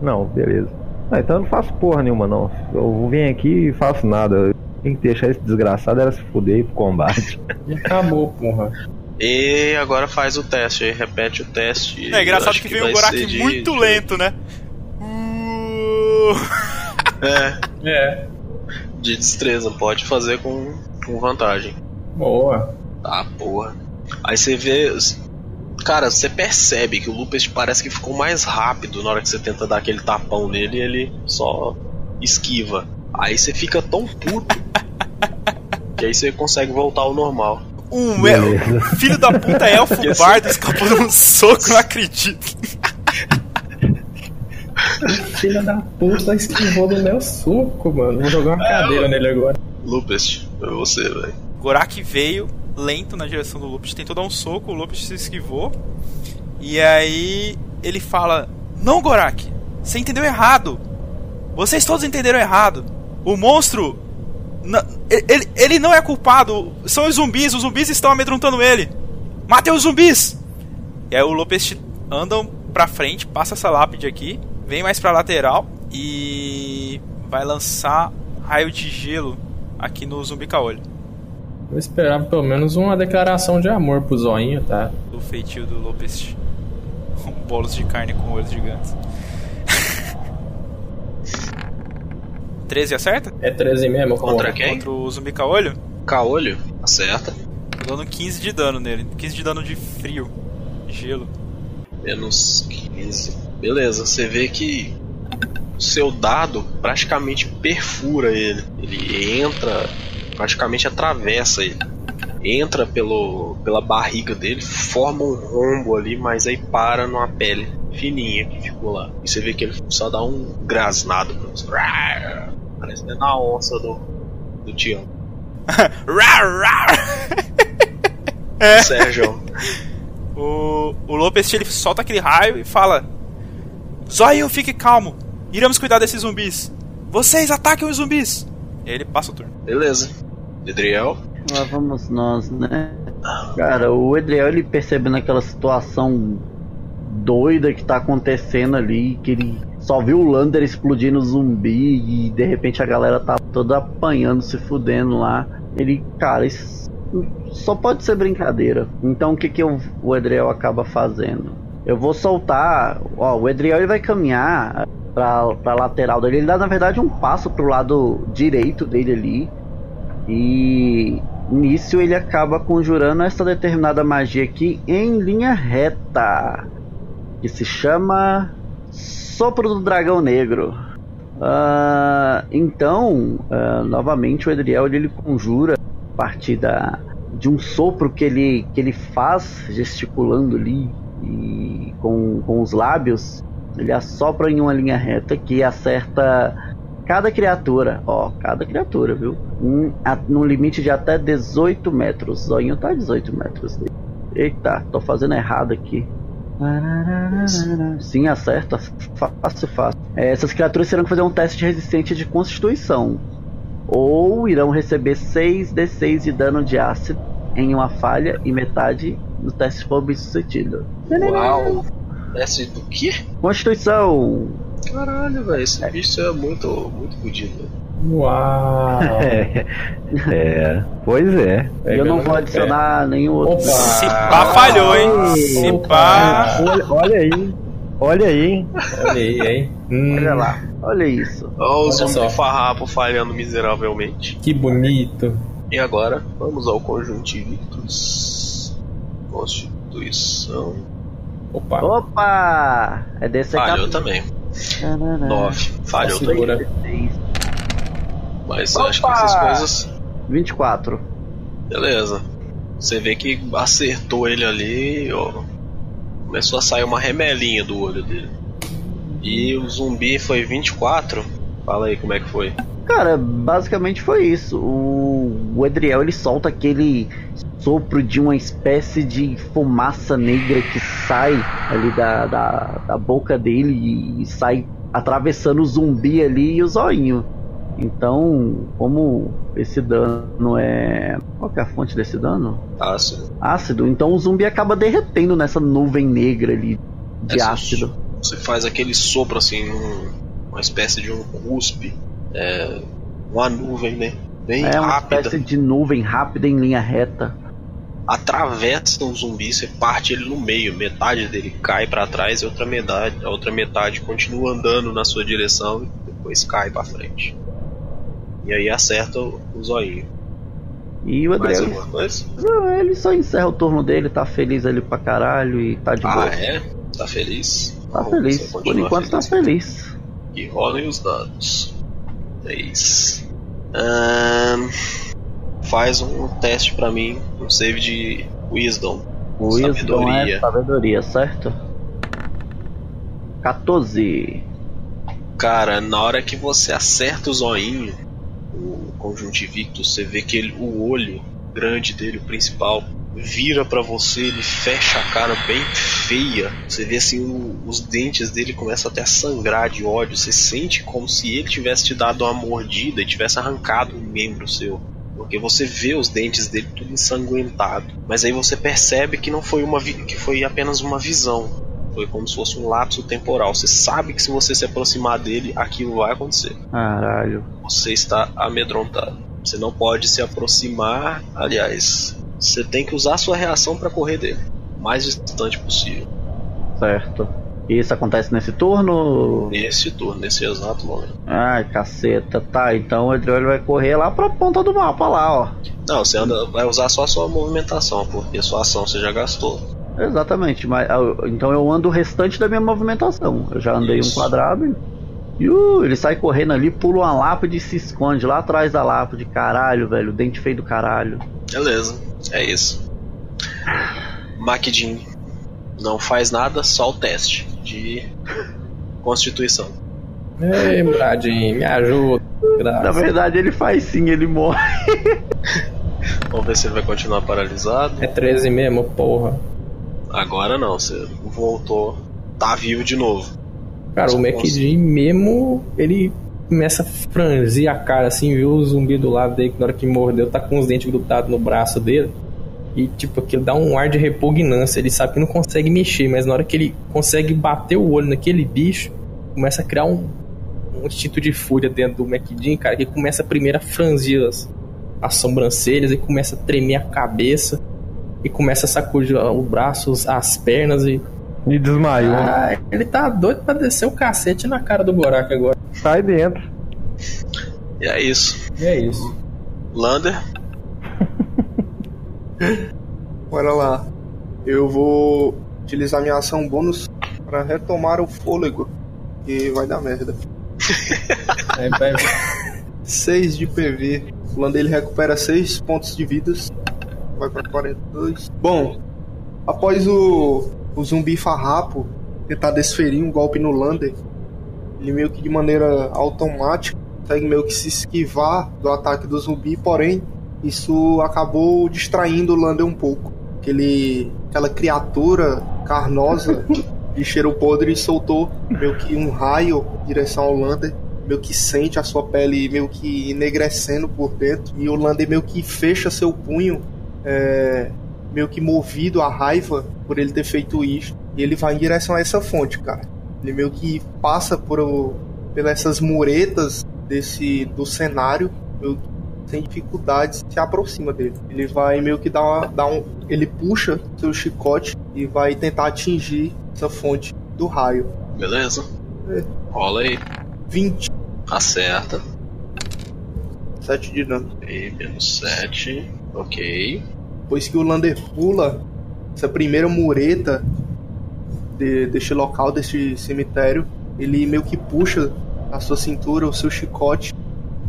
Speaker 7: Não, beleza. Ah, então eu não faço porra nenhuma, não. Eu venho aqui e faço nada. Tem que deixar esse desgraçado, era se fuder e ir pro combate.
Speaker 5: E acabou, porra.
Speaker 2: E agora faz o teste aí, repete o teste.
Speaker 8: É engraçado
Speaker 2: Acho
Speaker 8: que veio um
Speaker 2: vai
Speaker 8: Gorak
Speaker 2: ser de-
Speaker 8: muito
Speaker 2: de-
Speaker 8: lento, né? Uh...
Speaker 2: É,
Speaker 5: É.
Speaker 2: de destreza, pode fazer com, com vantagem.
Speaker 5: Boa.
Speaker 2: Ah, porra. Aí você vê. Cara, você percebe que o Lupus parece que ficou mais rápido na hora que você tenta dar aquele tapão nele e ele só esquiva. Aí você fica tão
Speaker 8: <laughs>
Speaker 2: puto que aí você consegue voltar ao normal.
Speaker 8: Um el... filho da puta elfo
Speaker 2: Esse-
Speaker 8: bardo escapou de um soco, não acredito.
Speaker 5: Filha da puta esquivou do meu soco, mano. Vou jogar uma cadeira nele agora.
Speaker 2: Lupus, é você, velho.
Speaker 8: Gorak veio lento na direção do Lupus, tentou dar um soco, o Lupus se esquivou. E aí ele fala: Não, Gorak, você entendeu errado. Vocês todos entenderam errado. O monstro. na- ele- ele, ele não é culpado. São os zumbis, os zumbis estão amedrontando ele. Matem os zumbis! E aí o Lopes andam pra frente, passa essa lápide aqui, vem mais pra lateral e vai lançar raio de gelo aqui no zumbi caolho.
Speaker 5: Eu esperava pelo menos uma declaração de amor pro zoinho, tá?
Speaker 8: do feitio do Lopest. Um <laughs> bolos de carne com olhos gigantes. <laughs> 13 acerta?
Speaker 5: É 13 mesmo? como
Speaker 2: Contra quem?
Speaker 8: Contra o zumbi caolho?
Speaker 2: Caolho? Acerta.
Speaker 8: Tô dando 15 de dano nele. 15 de dano de frio. Gelo.
Speaker 2: Menos 15. Beleza, você vê que o seu dado praticamente perfura ele. Ele entra, praticamente atravessa ele. Entra pelo, pela barriga dele, forma um rombo ali, mas aí para numa pele fininha que ficou lá. E você vê que ele só dá um grasnado. pra você. Rar! Parece até na onça do, do Tião.
Speaker 8: Rar, rar!
Speaker 2: Sérgio.
Speaker 8: O, o Lopest ele solta aquele raio e fala: Zóio, fique calmo. Iremos cuidar desses zumbis. Vocês ataquem os zumbis. E aí ele passa o turno.
Speaker 2: Beleza. Edriel.
Speaker 4: Lá vamos nós, né? Cara, o Edriel ele percebendo aquela situação doida que tá acontecendo ali, que ele só viu o Lander explodindo zumbi e de repente a galera tá toda apanhando, se fudendo lá. Ele, cara, isso só pode ser brincadeira. Então o que que eu- o Edriel acaba fazendo? Eu vou soltar, ó, o Edriel ele vai caminhar pra, pra lateral dele. Ele dá na verdade um passo pro lado direito dele ali. E nisso ele acaba conjurando essa determinada magia aqui em linha reta. Que se chama Sopro do Dragão Negro. Ah, então, ah, novamente o Edriel ele, ele conjura a partir da, de um sopro que ele, que ele faz gesticulando ali e com, com os lábios. Ele assopra em uma linha reta que acerta Cada criatura, ó, cada criatura, viu? Um, a, num limite de até 18 metros. Zoinho tá 18 metros. Eita, tô fazendo errado aqui. Sim, acerta. Fácil, fácil. É, essas criaturas terão que fazer um teste de resistência de constituição. Ou irão receber 6d6 de dano de ácido em uma falha e metade no teste for obscetido.
Speaker 2: Uau. Esse do quê?
Speaker 4: Constituição!
Speaker 2: Caralho, velho. Esse bicho é muito, muito fodido. velho.
Speaker 5: Uau!
Speaker 7: <laughs> É, é, pois é.
Speaker 4: eu não vou adicionar nenhum outro.
Speaker 2: Ah.
Speaker 5: Opa!
Speaker 8: Se pá, falhou, hein? Se
Speaker 5: Opa.
Speaker 8: pá.
Speaker 7: Olha, olha aí, olha aí, hein?
Speaker 5: Olha aí, hein? Hum,
Speaker 4: Olha lá, olha isso.
Speaker 2: Ó, o
Speaker 5: Olha só.
Speaker 2: zumbi farrapo falhando miseravelmente.
Speaker 5: Que bonito.
Speaker 2: E agora, vamos ao conjuntivitus. Constituição.
Speaker 5: Opa,
Speaker 4: Opa! É desse
Speaker 2: Falhou
Speaker 4: aqui.
Speaker 2: Ah, também. 9. Falhou também.
Speaker 5: tá É. segura.
Speaker 2: Mas eu acho que essas coisas.
Speaker 4: 24.
Speaker 2: Beleza. Você vê que acertou ele ali, ó. Começou a sair uma remelinha do olho dele. E o zumbi foi 24. Fala aí como é que foi.
Speaker 4: Cara, basicamente foi isso. O, o Adriel ele solta aquele sopro de uma espécie de fumaça negra que sai ali da, da, da boca dele e sai atravessando o zumbi ali e o zoinho. Então, como esse dano é. Qual que é a fonte desse dano?
Speaker 2: Ácido.
Speaker 4: Ácido. Então o zumbi acaba derretendo nessa nuvem negra ali de
Speaker 2: Essa-
Speaker 4: ácido.
Speaker 2: Você faz aquele sopro assim, um- uma espécie de um cuspe. É, uma nuvem, né? Bem
Speaker 4: É uma
Speaker 2: rápida.
Speaker 4: espécie de nuvem rápida em linha reta.
Speaker 2: atravessa um zumbi, você parte ele no meio, metade dele cai pra trás e outra metade, a outra metade continua andando na sua direção e depois cai pra frente. E aí acerta o o zoinho.
Speaker 4: E o
Speaker 2: Mais
Speaker 4: Adriel
Speaker 2: alguma coisa?
Speaker 4: Não, ele só encerra o turno dele, tá feliz ali pra caralho e tá de
Speaker 2: Ah,
Speaker 4: boa.
Speaker 2: é? Tá feliz?
Speaker 4: Tá
Speaker 2: Bom,
Speaker 4: feliz,
Speaker 2: você
Speaker 4: por
Speaker 2: continua
Speaker 4: enquanto tá
Speaker 2: feliz.
Speaker 4: feliz.
Speaker 2: E rolem os dados. 10. Ahn, faz um teste pra mim, um save de Wisdom.
Speaker 4: O Wisdom é sabedoria, certo? 14.
Speaker 2: Cara, na hora que você acerta o zoinho, o conjuntivictus, você vê que ele- o olho grande dele, o principal, vira pra você, ele fecha a cara bem feia. Você vê assim, o- os dentes dele começam até a sangrar de ódio. Você sente como se ele tivesse te dado uma mordida e tivesse arrancado um membro seu. Porque você vê os dentes dele tudo ensanguentado. Mas aí você percebe que não foi uma vi- que foi apenas uma visão. Foi como se fosse um lapso temporal. Você sabe que se você se aproximar dele, aquilo vai acontecer.
Speaker 4: Caralho.
Speaker 2: Você está amedrontado. Você não pode se aproximar. Aliás, você tem que usar sua reação para correr dele. O mais distante possível.
Speaker 4: Certo. E isso acontece nesse turno?
Speaker 2: Nesse turno, nesse exato momento.
Speaker 4: Ai, caceta. Tá, então o Adriel vai correr lá pra ponta do mapa lá, ó.
Speaker 2: Não, você anda, vai usar só a sua movimentação, porque a sua ação você já gastou.
Speaker 4: Exatamente, mas ah, eu- então eu ando o restante da minha movimentação. Eu já andei
Speaker 2: Isso.
Speaker 4: um quadrado e. e, uh, ele sai correndo ali, pula uma lápide e se esconde lá atrás da lápide. Caralho, velho, dente feio do caralho.
Speaker 2: Beleza, é isso. Maquidin não faz nada, só o teste de constituição.
Speaker 5: Ei, Bradinho, me ajuda.
Speaker 4: Na verdade, ele faz sim, ele morre.
Speaker 2: Vamos ver se ele vai continuar paralisado.
Speaker 5: É 13 mesmo, porra.
Speaker 2: Agora não, você voltou. Tá vivo de novo.
Speaker 5: Cara, o
Speaker 2: Nossa,
Speaker 5: Mac
Speaker 2: nossa.
Speaker 5: Jean mesmo, ele começa a franzir a cara assim, viu o zumbi do lado dele, que na hora que mordeu, tá com os dentes grudados no braço dele. E tipo, aquilo dá um ar de repugnância. Ele sabe que não consegue mexer, mas na hora que ele consegue bater o olho naquele bicho, começa a criar um, um instinto de fúria dentro do Mac Jean, cara, que começa primeiro a franzir as, as sobrancelhas e começa a tremer a cabeça. E começa a sacudir ó, o braço, os- as pernas e
Speaker 7: E desmaiou.
Speaker 5: ah, ele tá doido pra descer o cacete na cara do Gorak agora.
Speaker 7: Sai dentro.
Speaker 2: E é isso.
Speaker 5: E é isso.
Speaker 2: Lander,
Speaker 6: Bora lá. Eu vou utilizar minha ação bônus pra retomar o fôlego. E vai dar merda.
Speaker 5: É, vai-
Speaker 6: 6 de PV. O Lando ele recupera 6 pontos de vidas. Vai pra 42. Bom, após o, o zumbi farrapo tentar desferir um golpe no Lander, ele meio que de maneira automática consegue meio que se esquivar do ataque do zumbi, porém isso acabou distraindo o Lander um pouco. Aquele, aquela criatura carnosa de cheiro podre soltou meio que um raio em direção ao Lander meio que sente a sua pele meio que enegrecendo por dentro e o Lander meio que fecha seu punho é, meio que movido à raiva por ele ter feito isso e ele vai em direção a essa fonte, cara ele meio que passa por o- pelas essas muretas desse do cenário meio que sem dificuldades se aproxima dele ele vai meio que dar, uma- dar um ele puxa seu chicote e vai tentar atingir essa fonte do raio
Speaker 2: beleza?
Speaker 6: É.
Speaker 2: Rola aí.
Speaker 6: 20
Speaker 2: Acerta.
Speaker 6: 7 de dano
Speaker 2: E menos 7. Ok.
Speaker 6: Pois que o Lander pula essa primeira mureta de- deste local, deste cemitério, ele meio que puxa a sua cintura, o seu chicote,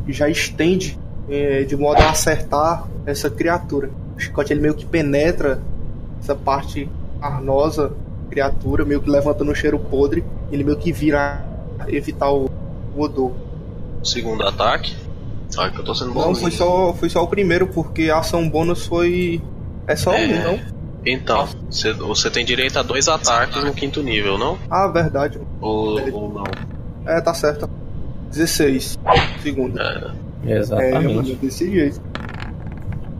Speaker 6: e já estende eh, de modo a acertar essa criatura. O chicote ele meio que penetra essa parte arnosa criatura, meio que levantando um cheiro podre, ele meio que vira a evitar o, o odor.
Speaker 2: Segundo ataque. Olha que eu tô sendo bom.
Speaker 6: Não, foi só, foi só o primeiro, porque a ação bônus foi. É só
Speaker 2: É.
Speaker 6: um, não?
Speaker 2: Então, você, você tem direito a dois ataques no quinto nível, não?
Speaker 6: Ah, verdade.
Speaker 2: Ou, ou não?
Speaker 6: É, tá certo. 16. Segunda.
Speaker 2: É.
Speaker 6: É, eu
Speaker 5: Exatamente.
Speaker 6: mandei desse jeito.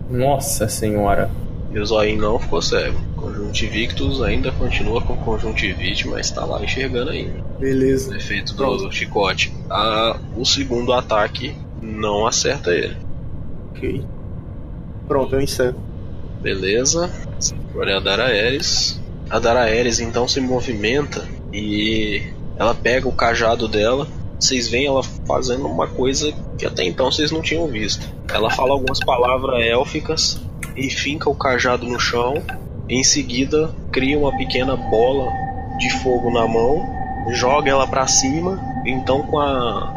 Speaker 5: Nossa senhora.
Speaker 2: E o Zoin não ficou cego. Conjuntivictus ainda continua com conjuntivite, mas tá lá enxergando ainda. O
Speaker 6: Beleza.
Speaker 2: efeito do chicote. Ah, o segundo ataque não acerta ele.
Speaker 6: Ok. Pronto, eu encerro.
Speaker 2: Beleza. Agora é a Daraeris. A Daraeris então se movimenta e ela pega o cajado dela. Vocês veem ela fazendo uma coisa que até então vocês não tinham visto. Ela fala algumas palavras élficas e finca o cajado no chão. Em seguida, cria uma pequena bola de fogo na mão, joga ela pra cima. Então, com a,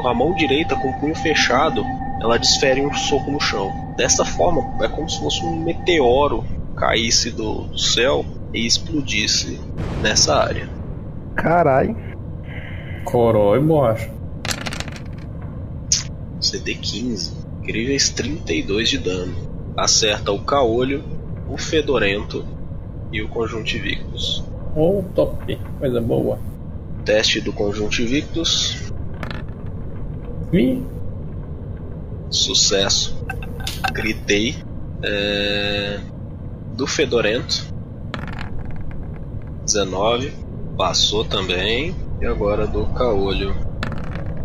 Speaker 2: com a mão direita, com o punho fechado, ela desfere um soco no chão. Dessa forma, é como se fosse um meteoro caísse do do céu e explodisse nessa área.
Speaker 7: Caralho.
Speaker 5: Corói, borracha.
Speaker 2: CD15, incríveis 32 de dano. Acerta o caolho, o fedorento e o conjuntivictus.
Speaker 5: Ô, top. Coisa boa.
Speaker 2: Teste do conjuntivictus,
Speaker 5: Ih,
Speaker 2: sucesso. Gritei. É, Do fedorento, 19, passou também. E agora do caolho,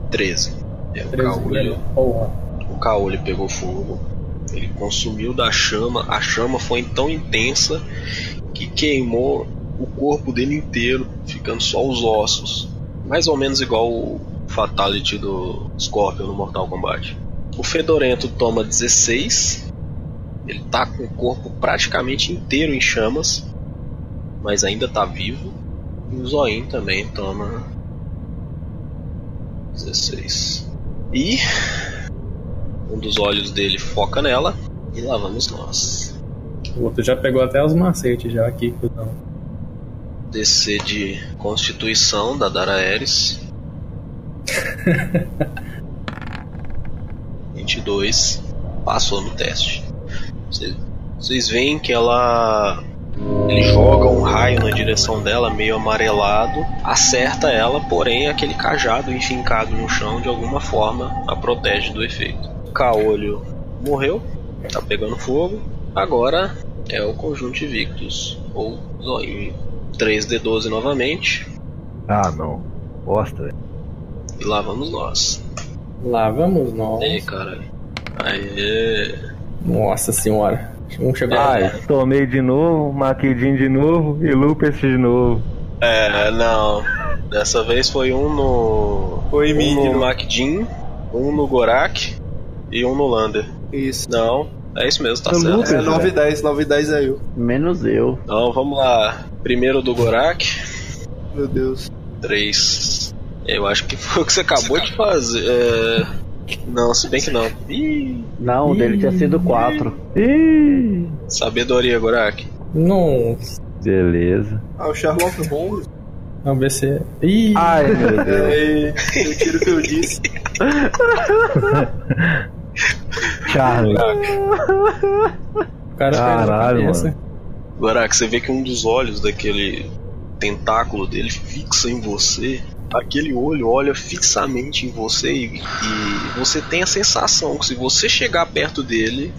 Speaker 2: 13. É, o
Speaker 5: 13
Speaker 2: caolho
Speaker 5: velho. Porra.
Speaker 2: O Kaoli pegou fogo. Ele consumiu da chama. A chama foi tão intensa que queimou o corpo dele inteiro, ficando só os ossos. Mais ou menos igual o Fatality do Scorpion no Mortal Kombat. O Fedorento toma 16. Ele tá com o corpo praticamente inteiro em chamas, mas ainda tá vivo. E o Zoin também toma 16. E um dos olhos dele foca nela e lá vamos nós.
Speaker 5: O outro já pegou até os macetes já aqui, cuzão.
Speaker 2: DC de Constituição da Dara Ares. 22. Passou no teste. Vocês veem que ela. Ele joga um raio na direção dela, meio amarelado, acerta ela, porém aquele cajado enfincado no chão de alguma forma a protege do efeito. Caolho morreu, tá pegando fogo. Agora é o conjunto Victus, ou Zoinho. 3D12 novamente,
Speaker 7: Ah, não. Bosta, velho.
Speaker 2: e lá vamos nós.
Speaker 5: Lá vamos nós.
Speaker 2: Ei, cara. Aê.
Speaker 5: Nossa senhora. Um chegou.
Speaker 7: Ai, tomei de novo, maquidinho de novo e Lupus de novo.
Speaker 2: É, não. Dessa vez foi um no.
Speaker 6: Foi
Speaker 2: um
Speaker 6: mínimo.
Speaker 2: no MacDin, um no Gorak e um no Lander.
Speaker 6: Isso.
Speaker 2: Não, é isso mesmo, tá
Speaker 7: No
Speaker 2: certo.
Speaker 7: Lupus,
Speaker 6: É 9 e 10, 9 e 10 é eu.
Speaker 4: Menos eu.
Speaker 2: Então vamos lá. Primeiro do Gorak,
Speaker 6: Meu Deus.
Speaker 2: 3. Eu acho que foi o que você acabou de fazer. É... Não, se bem que não. Ih,
Speaker 4: Não, o dele tinha sido 4.
Speaker 7: Ih,
Speaker 2: sabedoria, Gorak.
Speaker 5: Nossa.
Speaker 7: beleza.
Speaker 6: Ah, o Sherlock Holmes.
Speaker 5: Vamos ver se. Ih,
Speaker 7: Ai,
Speaker 2: <laughs>
Speaker 7: meu Deus.
Speaker 6: É, eu tiro o que eu disse.
Speaker 7: Charlie.
Speaker 5: o cara perdeu a
Speaker 7: caralho,
Speaker 5: cabeça.
Speaker 2: Gorak, você vê que um dos olhos daquele tentáculo dele fixa em você. Aquele olho olha fixamente em você e, e você tem a sensação que se você chegar perto dele,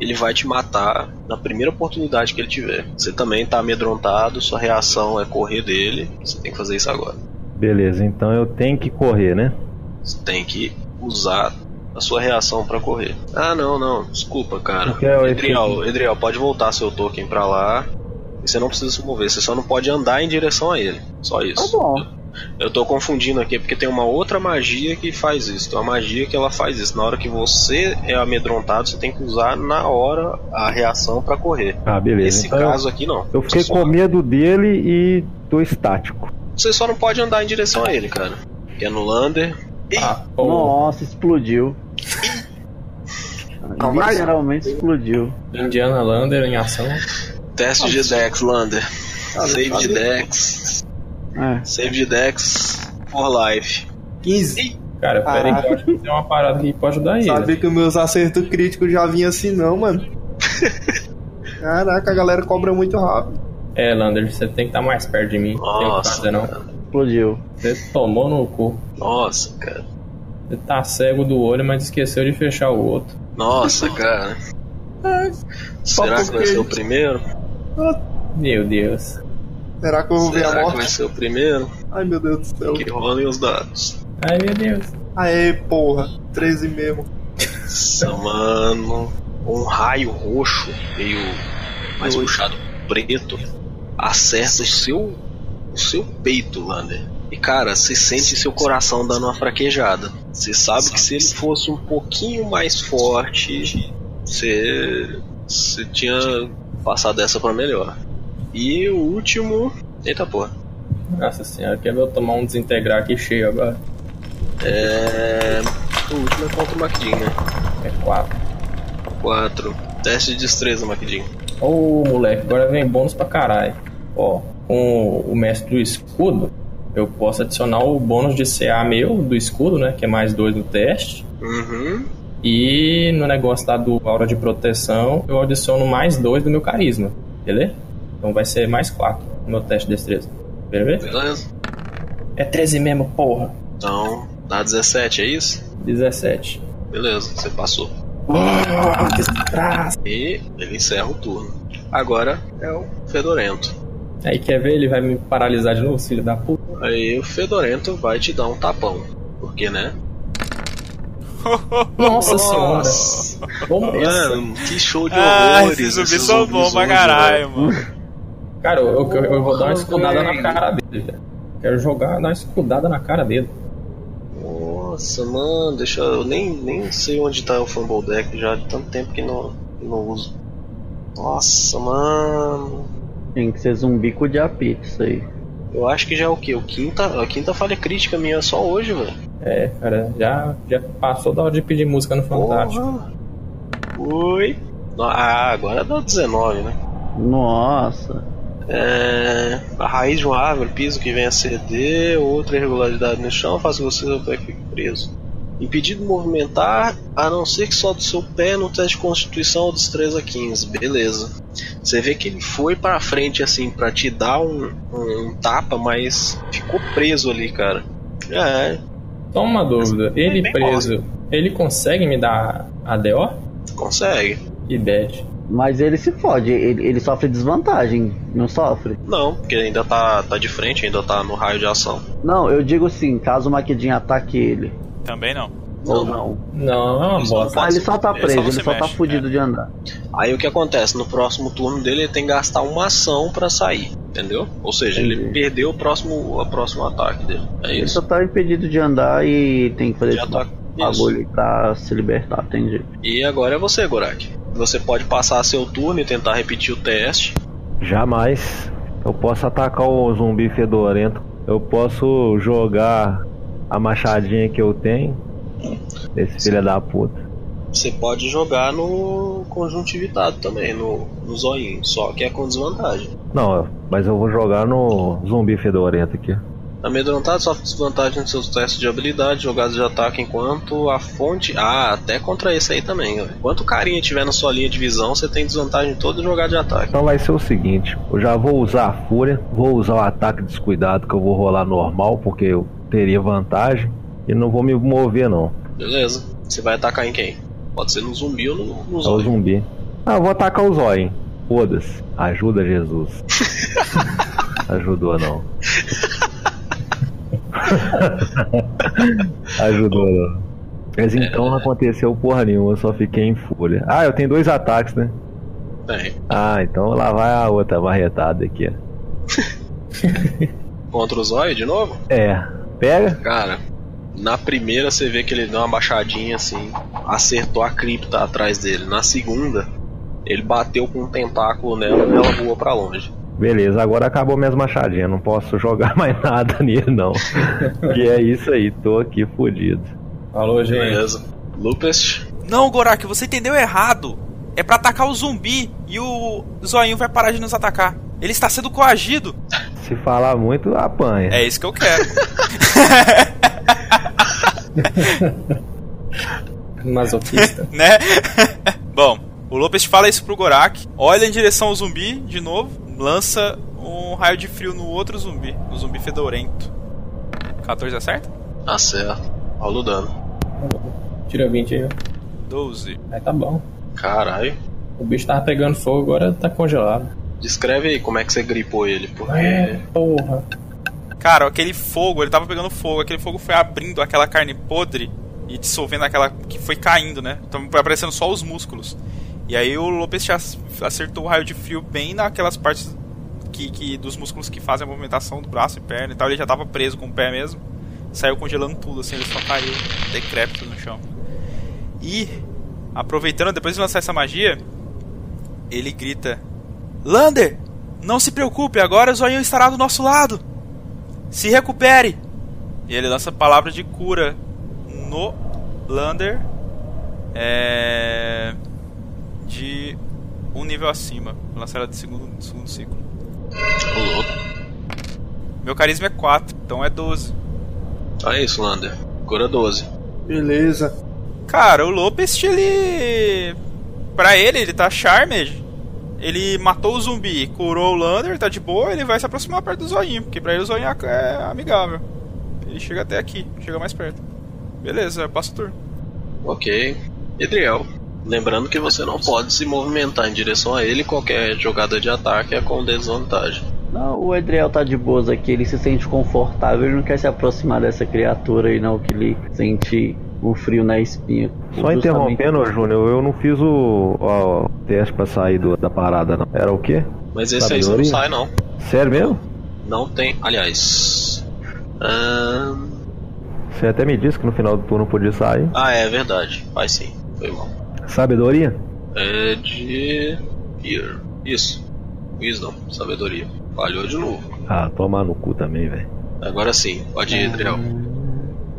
Speaker 2: ele vai te matar na primeira oportunidade que ele tiver. Você também tá amedrontado, sua reação é correr dele. Você tem que fazer isso agora.
Speaker 7: Beleza, então eu tenho que correr, né?
Speaker 2: Você tem que usar a sua reação pra correr. Ah, não, não. Desculpa, cara.
Speaker 7: Porque é o
Speaker 2: Edriel, Edriel, pode voltar seu token pra lá. E você não precisa se mover, você só não pode andar em direção a ele. Só
Speaker 4: Tá
Speaker 2: isso.
Speaker 4: bom.
Speaker 2: Eu tô confundindo aqui porque tem uma outra magia que faz isso. Tem uma magia que ela faz isso. Na hora que você é amedrontado, você tem que usar na hora a reação pra correr.
Speaker 7: Ah, beleza.
Speaker 2: Nesse
Speaker 7: então eu-
Speaker 2: caso aqui não.
Speaker 7: eu fiquei
Speaker 2: você, só,
Speaker 7: com medo dele e tô estático.
Speaker 2: você só não pode andar em direção a ele, cara. Que é no Lander.
Speaker 5: Ah, pô.
Speaker 4: Nossa, explodiu. Literalmente explodiu.
Speaker 5: Indiana Lander em ação.
Speaker 2: Teste de Dex, Lander.
Speaker 6: Ah,
Speaker 7: tá
Speaker 2: Save de
Speaker 6: sabe?
Speaker 2: Dex.
Speaker 4: É.
Speaker 2: Save de Dex for life.
Speaker 6: 15.
Speaker 5: Cara, peraí, que eu acho que tem uma parada que pode ajudar ele.
Speaker 6: Sabia que os meus acertos críticos já vinham assim, não,
Speaker 2: <laughs>
Speaker 6: mano. Caraca, a galera cobra muito rápido.
Speaker 5: É, Lander, você tem que estar mais perto de mim. Não tem o que
Speaker 2: Nossa,
Speaker 5: fazer, não.
Speaker 4: Explodiu.
Speaker 5: Você tomou no cu.
Speaker 2: Nossa, cara.
Speaker 5: Você tá cego do olho, mas esqueceu de fechar o outro.
Speaker 2: Nossa, cara. Será que vai ser o primeiro?
Speaker 5: Meu Deus.
Speaker 6: Será que eu vou ver a
Speaker 2: Será que vai
Speaker 6: morte? Então,
Speaker 2: ser o primeiro?
Speaker 6: Ai, meu Deus do céu.
Speaker 2: Que rolem os dados.
Speaker 5: Ai, meu Deus.
Speaker 6: Aê, porra. 13 mesmo.
Speaker 2: Nossa, mano. Um raio roxo, meio mais puxado preto, acerta o seu, o seu peito, Lander. E cara, você sente seu coração dando uma fraquejada. Você sabe que se ele fosse um pouquinho mais forte, você, você tinha passado essa pra melhor. E o último. Eita porra.
Speaker 5: Nossa senhora, quer ver eu tomar um desintegrar aqui cheio agora?
Speaker 2: É. O último é contra o Maquidin, né?
Speaker 5: É quatro.
Speaker 2: 4. Teste de destreza, Maquidin.
Speaker 5: Ô, moleque, agora vem bônus pra caralho. Ó, com o mestre do escudo, eu posso adicionar o bônus de CA meu do escudo, né? Que é mais dois no teste.
Speaker 2: Uhum.
Speaker 5: E no negócio lá do aura de proteção, eu adiciono mais dois do meu carisma, beleza? Então vai ser mais quatro no meu teste de destreza. Beleza?
Speaker 2: Beleza?
Speaker 5: É 13 mesmo, porra.
Speaker 2: Então, dá 17, é isso?
Speaker 5: 17.
Speaker 2: Beleza, você passou.
Speaker 5: Oh, que desgraça.
Speaker 2: E ele encerra o turno. Agora é o Fedorento.
Speaker 5: Aí quer ver, ele vai me paralisar de novo, filho da puta.
Speaker 2: Aí o Fedorento vai te dar um tapão. Porque, né?
Speaker 5: Nossa senhora.
Speaker 2: Nossa,
Speaker 5: Vamos nessa.
Speaker 2: mano, que show de
Speaker 8: Ah,
Speaker 2: horrores.
Speaker 8: esses zumbis
Speaker 2: esses
Speaker 8: são
Speaker 2: zumbis
Speaker 8: bons pra
Speaker 2: hoje, velho.
Speaker 8: caralho, mano.
Speaker 5: Cara, eu, eu- eu vou dar uma escudada na cara dele, velho. Quero jogar, dar uma escudada na cara dele.
Speaker 2: Nossa, mano, deixa eu... eu nem, nem sei onde tá o Fumble Deck já de tanto tempo que não, que não uso. Nossa, mano.
Speaker 4: Tem que ser zumbi com de apito isso aí.
Speaker 2: Eu acho que já é o quê? O quinta, a quinta falha crítica minha é só hoje, velho.
Speaker 5: É, cara, já, já passou da hora de pedir música no Fantástico.
Speaker 2: Porra. Oi. Ah, agora dá 19, né?
Speaker 4: Nossa.
Speaker 2: É, a raiz de uma árvore, piso que vem a ceder, outra irregularidade no chão faz com que você seu pé fique preso. Impedido de movimentar, a não ser que só do seu pé no teste de constituição ou destreza 15. Beleza. Você vê que ele foi pra frente, assim, pra te dar um, um- um tapa, mas ficou preso ali, cara. É,
Speaker 5: Só uma dúvida. Ele
Speaker 2: bem
Speaker 5: preso, ele consegue me dar ADO?
Speaker 2: consegue.
Speaker 5: E bet.
Speaker 4: Mas ele se fode, ele, ele sofre desvantagem, não sofre?
Speaker 2: Não, porque ainda tá, tá de frente, ainda tá no raio de ação.
Speaker 4: Não, eu digo assim, caso o Maquidin ataque ele.
Speaker 8: Também não.
Speaker 4: Ou
Speaker 2: Não.
Speaker 4: não.
Speaker 5: Não, é uma
Speaker 2: Isso
Speaker 5: bosta.
Speaker 4: Ah, ele só tá
Speaker 2: Ele
Speaker 4: preso,
Speaker 8: só
Speaker 4: ele
Speaker 8: não se
Speaker 4: só tá
Speaker 8: mexe,
Speaker 4: fudido
Speaker 8: é.
Speaker 4: de andar.
Speaker 2: Aí o que acontece? No próximo turno dele ele tem que gastar uma ação pra sair, entendeu? Ou seja, ele
Speaker 4: Entendi.
Speaker 2: perdeu o próximo, o próximo ataque dele. É
Speaker 4: Ele
Speaker 2: isso.
Speaker 4: só tá impedido de andar e tem que fazer
Speaker 2: Já
Speaker 4: esse
Speaker 2: tá-
Speaker 4: bagulho aí pra se libertar, tem jeito.
Speaker 2: E agora é você, Gorak. Você pode passar seu turno e tentar repetir o teste.
Speaker 7: Jamais. Eu posso atacar o zumbi fedorento. Eu posso jogar a machadinha que eu tenho. Esse filho da puta.
Speaker 2: Você pode jogar no conjuntivitado também, no, no zoinho, só que é com desvantagem.
Speaker 7: Não, mas eu vou jogar no zumbi fedorento aqui.
Speaker 2: Amedrontado sofre desvantagem nos seus testes de habilidade, jogadas de ataque enquanto a fonte. Ah, até contra esse aí também, velho. Enquanto o carinha tiver na sua linha de visão, você tem desvantagem em todo jogada de ataque.
Speaker 7: Então vai ser o seguinte, eu já vou usar a fúria, vou usar o ataque descuidado que eu vou rolar normal, porque eu teria vantagem, e não vou me mover não.
Speaker 2: Beleza. Você vai atacar em quem? Pode ser no zumbi ou no, no
Speaker 7: É o
Speaker 2: zóio.
Speaker 7: zumbi. Ah, eu vou atacar o zóio. hein? Foda-se. Ajuda, Jesus. <laughs> Ajudou, não. <laughs> Ajudou, não. Mas então não aconteceu porra nenhuma, eu só fiquei em fúria. Ah, eu tenho dois ataques, né?
Speaker 2: Tem.
Speaker 7: Ah, então lá vai a outra marretada aqui. ó.
Speaker 2: Contra o zóio de novo?
Speaker 7: É, pega.
Speaker 2: Cara, na primeira você vê que ele deu uma baixadinha assim, acertou a cripta atrás dele. Na segunda, ele bateu com um tentáculo nela e ela voou pra longe.
Speaker 7: Beleza, agora acabou minhas machadinhas, não posso jogar <laughs> mais nada nele não. e é isso aí, tô aqui fudido.
Speaker 5: Falou, gente.
Speaker 2: Beleza. Lupest,
Speaker 8: Não, Gorak, você entendeu errado. É pra atacar o zumbi e o zoinho vai parar de nos atacar. Ele está sendo coagido.
Speaker 7: Se falar muito, apanha.
Speaker 8: É isso que eu quero.
Speaker 5: Masoquista.
Speaker 8: né? Bom, o Lopes fala isso pro Gorak, olha em direção ao zumbi de novo, lança um raio de frio no outro zumbi, no zumbi fedorento. 14 acerta?
Speaker 2: acerta. Olha o dano.
Speaker 5: Tira 20 aí, ó.
Speaker 8: 12.
Speaker 5: Aí tá bom.
Speaker 2: Caralho.
Speaker 5: O bicho tava pegando fogo, agora tá congelado.
Speaker 2: Descreve aí como é que você gripou ele, porque.
Speaker 5: É, porra.
Speaker 8: Cara, aquele fogo, ele tava pegando fogo, aquele fogo foi abrindo aquela carne podre e dissolvendo aquela que foi caindo, né? Então foi aparecendo só os músculos. E aí o Lopes acertou o raio de frio bem naquelas partes que, que dos músculos que fazem a movimentação do braço e perna e tal. Ele já tava preso com o pé mesmo. Saiu congelando tudo, assim, ele só caiu decrépito no chão. E, aproveitando, depois de lançar essa magia, ele grita: Lander, não se preocupe, agora o zoinho estará do nosso lado. Se recupere! E ele lança a palavra de cura no Lander. É. De um nível acima. Lança ela de segundo, de segundo ciclo.
Speaker 2: Ô, louco.
Speaker 8: Meu carisma é 4, então é 12.
Speaker 2: Olha Então é isso, Lander. Cura 12.
Speaker 6: Beleza.
Speaker 8: Cara, o Lopest, ele. Pra ele, ele tá charmed. Ele matou o zumbi, curou o Lander, tá de boa, ele vai se aproximar perto do zoinho, porque pra ele o zoinho é amigável. Ele chega até aqui, chega mais perto. Beleza, passa o turno.
Speaker 2: Ok. Edriel. Lembrando que você não pode se movimentar em direção a ele, qualquer jogada de ataque é com desvantagem.
Speaker 4: Não, o Edriel tá de boas aqui, ele se sente confortável, ele não quer se aproximar dessa criatura aí não, que ele sente um frio na espinha.
Speaker 7: Só
Speaker 4: Justamente-
Speaker 7: interrompendo, Júnior, eu não fiz o, ó, o teste pra sair do- da parada, não. Era o quê?
Speaker 2: Mas esse aí você não
Speaker 7: Sabedoria?
Speaker 2: sai, não.
Speaker 7: Sério mesmo?
Speaker 2: Não tem. Aliás. ahn,
Speaker 7: Você até me disse que no final do turno podia sair.
Speaker 2: Ah, é verdade. Vai sim. Foi mal.
Speaker 7: Sabedoria?
Speaker 2: É de. Fear. Isso. Wisdom. Sabedoria. Falhou de novo.
Speaker 7: Ah, tomar no cu também, velho.
Speaker 2: Agora sim. Pode ir, Adriel.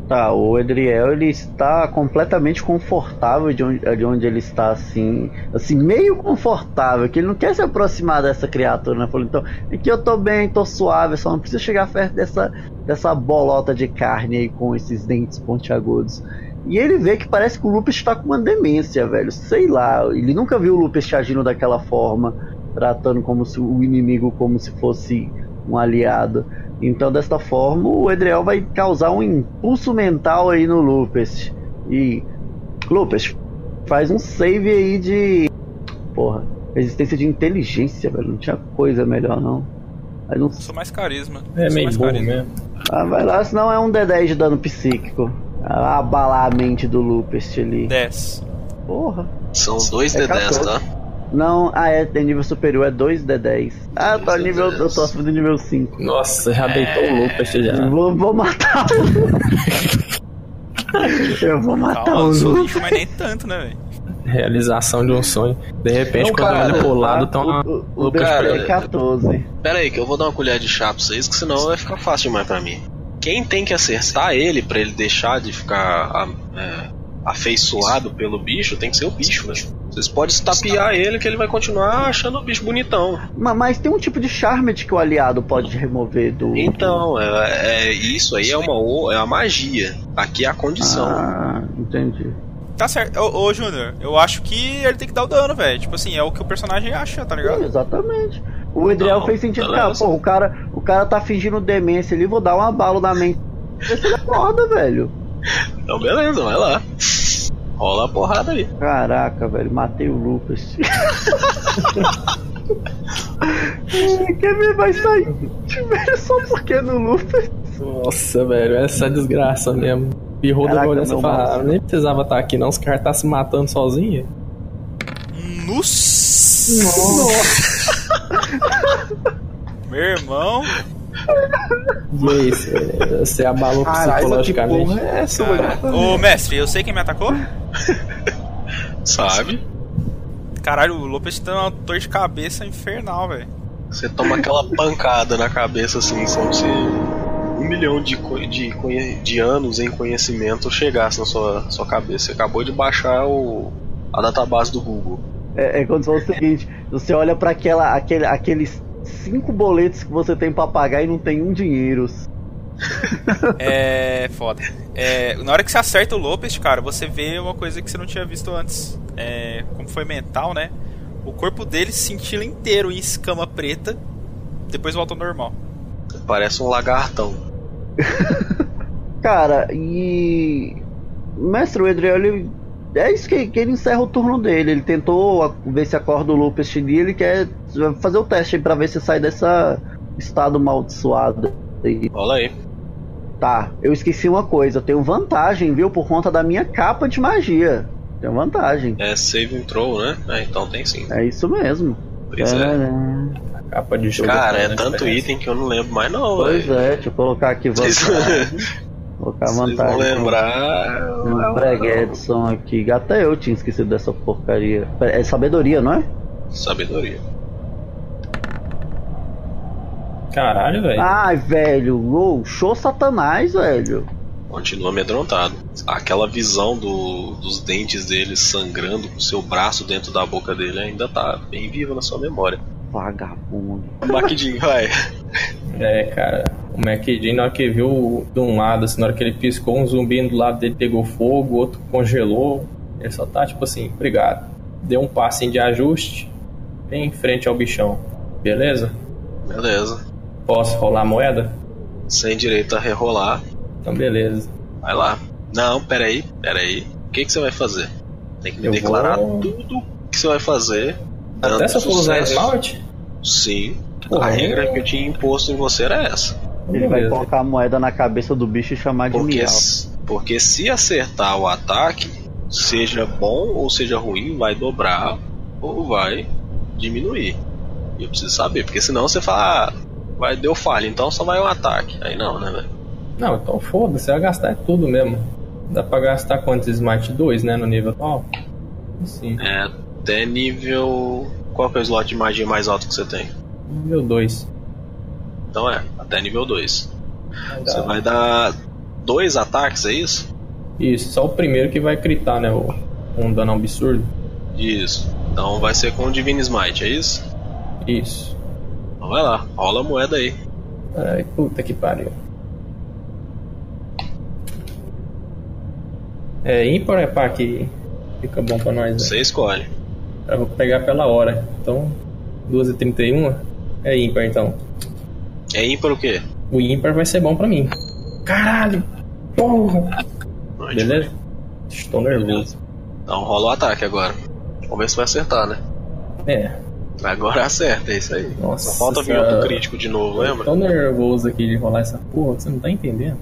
Speaker 4: Tá, o Edriel ele está completamente confortável de onde, de onde ele está, assim, assim, meio confortável, que ele não quer se aproximar dessa criatura, né? Falou, então, aqui eu tô bem, tô suave, só não preciso chegar perto dessa, dessa bolota de carne aí com esses dentes pontiagudos. E ele vê que parece que o Lupus está com uma demência, velho. Sei lá, ele nunca viu o Lupus agindo daquela forma, tratando como se o inimigo como se fosse um aliado. Então, desta forma, o Edriel vai causar um impulso mental aí no Lupus. E Lupus, faz um save aí de porra, resistência de inteligência, velho. Não tinha coisa melhor não. Faz um
Speaker 8: Eu sou mais carisma.
Speaker 5: É
Speaker 8: Sou
Speaker 5: meio
Speaker 8: mais
Speaker 5: burro
Speaker 8: carisma.
Speaker 5: mesmo.
Speaker 4: Ah, vai lá, senão é um D10 de dano psíquico. Ah, abalar a mente do Lupest ali.
Speaker 8: 10.
Speaker 4: Porra.
Speaker 2: São dois
Speaker 4: É
Speaker 2: D10, tá?
Speaker 4: Não, ah, é, é nível superior, é 2D10. Ah,
Speaker 2: Dois
Speaker 4: tá nível. Eu tô
Speaker 2: D10.
Speaker 4: acima do nível 5.
Speaker 5: Nossa, já deitou o Lupus já.
Speaker 4: Vou, vou matar o. Eu vou matar
Speaker 8: Calma,
Speaker 4: o
Speaker 8: não sou
Speaker 4: Lupest.
Speaker 8: lixo, Tá mas nem tanto, né, velho?
Speaker 5: Realização de um sonho. De repente,
Speaker 2: Não,
Speaker 5: quando
Speaker 2: cara,
Speaker 5: olha pro lado, tá uma.
Speaker 4: O, o, o
Speaker 5: Lupus
Speaker 4: cara,
Speaker 2: pra-
Speaker 4: é 14.
Speaker 2: Pera aí, que eu vou dar uma colher de chá pra vocês, que senão vai ficar fácil demais pra mim. Quem tem que acertar ele pra ele deixar de ficar a- é, afeiçoado pelo bicho, tem que ser o bicho, velho. Vocês podem estapear ele que ele vai continuar achando o bicho bonitão.
Speaker 4: Ma- Mas tem um tipo de charme que o aliado pode remover do.
Speaker 2: Então, é, é- isso aí é uma, o- é uma magia. Aqui é a condição.
Speaker 4: Ah, entendi.
Speaker 8: Tá certo. Ô, ô Júnior, eu acho que ele tem que dar o dano, velho. Tipo assim, é o que o personagem acha, tá ligado?
Speaker 4: Exatamente. O Edriel
Speaker 2: Não,
Speaker 4: fez sentido.
Speaker 2: beleza.
Speaker 4: Cara, pô, o cara, o cara tá fingindo demência ali, vou dar um abalo na mente. Esse é foda, velho.
Speaker 2: Então, beleza, vai lá. Rola a porrada aí.
Speaker 4: Caraca, velho, matei o Lucas. <laughs> Quer ver? Vai sair. Velho, só porque no Lucas.
Speaker 5: Nossa, velho, essa é desgraça mesmo. Birruda vai
Speaker 4: Caraca,
Speaker 5: olhar essa
Speaker 4: não,
Speaker 5: fala,
Speaker 4: mas-
Speaker 5: "Ah, nem precisava estar aqui não, os caras tá se matando sozinho.
Speaker 8: Nossa! <laughs> Meu irmão,
Speaker 5: E é isso, velho, você abalou
Speaker 6: Caralho, que
Speaker 5: psicologicamente.
Speaker 6: porra é essa, velho?
Speaker 8: ô mestre, eu sei quem me atacou?
Speaker 2: Sabe?
Speaker 8: Caralho, o Lopes tá uma dor de cabeça infernal, velho.
Speaker 2: Você toma aquela pancada na cabeça assim, como se um milhão de, co- de, conhe- de anos em conhecimento chegasse na sua, sua cabeça. Você acabou de baixar o, a database do Google.
Speaker 4: É, é quando você fala o seguinte: você olha pra aquela, aquele, aqueles cinco boletos que você tem pra pagar e não tem um dinheiro.
Speaker 8: É foda. É, na hora que você acerta o Lopes, cara, você vê uma coisa que você não tinha visto antes. É, como foi mental, né? O corpo dele cintila inteiro em escama preta, depois volta ao normal.
Speaker 2: Parece um lagartão.
Speaker 4: Cara, e. Mestre, o Edriel, ele. É isso que, que ele encerra o turno dele. Ele tentou a- ver se acorda o Lupus e ele quer fazer o teste aí pra ver se sai dessa estado amaldiçoado. aí.
Speaker 2: Rola aí.
Speaker 4: Tá, eu esqueci uma coisa. Eu tenho vantagem, viu? Por conta da minha capa de magia. Tenho vantagem.
Speaker 2: É save and throw, né? É, então tem sim.
Speaker 4: É isso mesmo.
Speaker 2: Pois é.
Speaker 5: Capa de jogo.
Speaker 2: Cara,
Speaker 5: né,
Speaker 2: é tanto
Speaker 5: velho?
Speaker 2: item que eu não lembro mais não,
Speaker 4: Pois
Speaker 2: velho.
Speaker 4: é, deixa eu colocar aqui
Speaker 2: Vocês-
Speaker 4: vantagem.
Speaker 2: <laughs>
Speaker 4: Colocar
Speaker 2: Vocês vão
Speaker 4: vantagem.
Speaker 2: lembrar.
Speaker 4: Um Breguedson aqui. Até eu tinha esquecido dessa porcaria. É sabedoria, não é?
Speaker 2: Sabedoria.
Speaker 5: Caralho, velho.
Speaker 4: Ai, velho, uou, show satanás, velho.
Speaker 2: Continua amedrontado. Aquela visão do- dos dentes dele sangrando com seu braço dentro da boca dele ainda tá bem viva na sua memória.
Speaker 4: Vagabundo.
Speaker 2: Maquidinho, vai.
Speaker 5: É, cara. O MacD, na hora que viu de um lado, assim, na hora que ele piscou, um zumbi do lado dele pegou fogo, o outro congelou. Ele só tá tipo assim, obrigado. Deu um passinho de ajuste, bem em frente ao bichão. Beleza?
Speaker 2: Beleza.
Speaker 5: Posso rolar a moeda?
Speaker 2: Sem direito a rerolar.
Speaker 5: Então, beleza.
Speaker 2: Vai lá. Não, peraí, peraí. O que, que você vai fazer? Tem que me
Speaker 5: Eu
Speaker 2: declarar
Speaker 5: vou-
Speaker 2: tudo que você vai fazer. dando
Speaker 5: Até se eu for usar
Speaker 2: sucesso.
Speaker 5: esmalte?
Speaker 2: Sim.
Speaker 5: Porra,
Speaker 2: a regra que eu tinha imposto em você era essa.
Speaker 4: Ele vai
Speaker 5: Beleza.
Speaker 4: colocar a moeda na cabeça do bicho e chamar de
Speaker 2: Porque,
Speaker 4: miau.
Speaker 2: porque se acertar o ataque, seja bom ou seja ruim, vai dobrar ou vai diminuir. E eu preciso saber, porque senão você fala, ah, vai, deu falha, então só vai um ataque. Aí não, né, velho?
Speaker 5: Não, então foda-se, vai gastar é tudo mesmo. Dá pra gastar quantos smite? Dois, né? No nível atual? Sim,
Speaker 2: É até nível. Qual que é o slot de magia mais alto que você tem?
Speaker 5: nível 2.
Speaker 2: Então é, até nível 2. Você vai dar dois ataques, é isso?
Speaker 5: Isso, só o primeiro que vai gritar, né? o- Um dano absurdo.
Speaker 2: Isso. Então vai ser com o Divine Smite, é isso?
Speaker 5: Isso.
Speaker 2: Então vai lá, rola a moeda aí.
Speaker 5: Ai, puta que pariu. É ímpar ou é par que fica bom pra nós? né?
Speaker 2: Você escolhe.
Speaker 5: Eu vou pegar pela hora. Então, 2h31 é ímpar, então.
Speaker 2: É ímpar o quê?
Speaker 5: O ímpar vai ser bom pra mim. Caralho! Porra!
Speaker 2: Onde
Speaker 5: Beleza? Estou nervoso.
Speaker 2: Então rola o ataque agora. Vamos ver se vai acertar, né?
Speaker 5: É.
Speaker 2: Agora <laughs> acerta, é isso aí.
Speaker 5: Nossa.
Speaker 2: Só falta vir
Speaker 5: senhora.
Speaker 2: outro crítico de novo, lembra?
Speaker 5: Tô nervoso aqui de rolar essa porra, você não tá entendendo?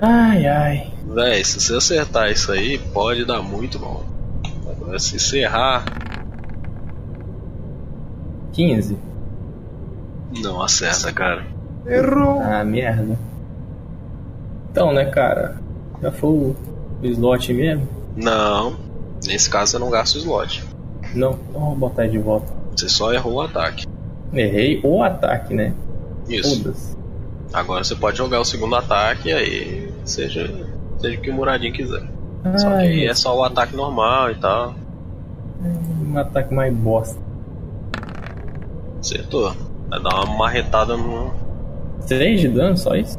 Speaker 5: Ai, ai.
Speaker 2: Véi, se você acertar isso aí, pode dar muito bom. Agora, se você errar,
Speaker 5: 15.
Speaker 2: não acerta, cara.
Speaker 6: Errou!
Speaker 5: Ah, merda. Então, né, cara? Já foi o o slot mesmo?
Speaker 2: Não, nesse caso você não gasta o slot.
Speaker 5: Não, então vou botar de volta.
Speaker 2: Você só errou o ataque.
Speaker 5: Errei o ataque, né?
Speaker 2: Isso.
Speaker 5: Foda-se.
Speaker 2: Agora você pode jogar o segundo ataque, aí seja, seja o que o Muradinho quiser. Só que aí
Speaker 5: Ai,
Speaker 2: é só o ataque normal e tal.
Speaker 5: um ataque mais bosta.
Speaker 2: Acertou. Vai dar uma marretada no.
Speaker 5: 3 de dano, só isso?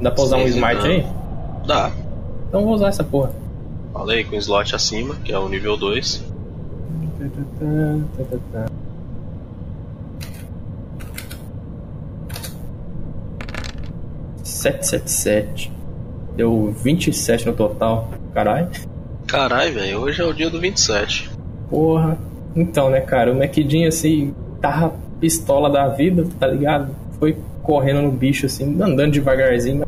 Speaker 5: Dá pra usar um
Speaker 2: Seis de
Speaker 5: smite
Speaker 2: dano.
Speaker 5: aí?
Speaker 2: Dá.
Speaker 5: Então eu vou usar essa porra.
Speaker 2: Falei com o slot acima, que é o nível 2.
Speaker 5: Sete, sete, sete. Deu 27 no total. Caralho.
Speaker 2: Carai, velho, hoje é o dia do 27.
Speaker 5: Porra. Então, né, cara, o Macidinho assim, tava pistola da vida, tá ligado? Foi correndo no bicho assim, andando devagarzinho,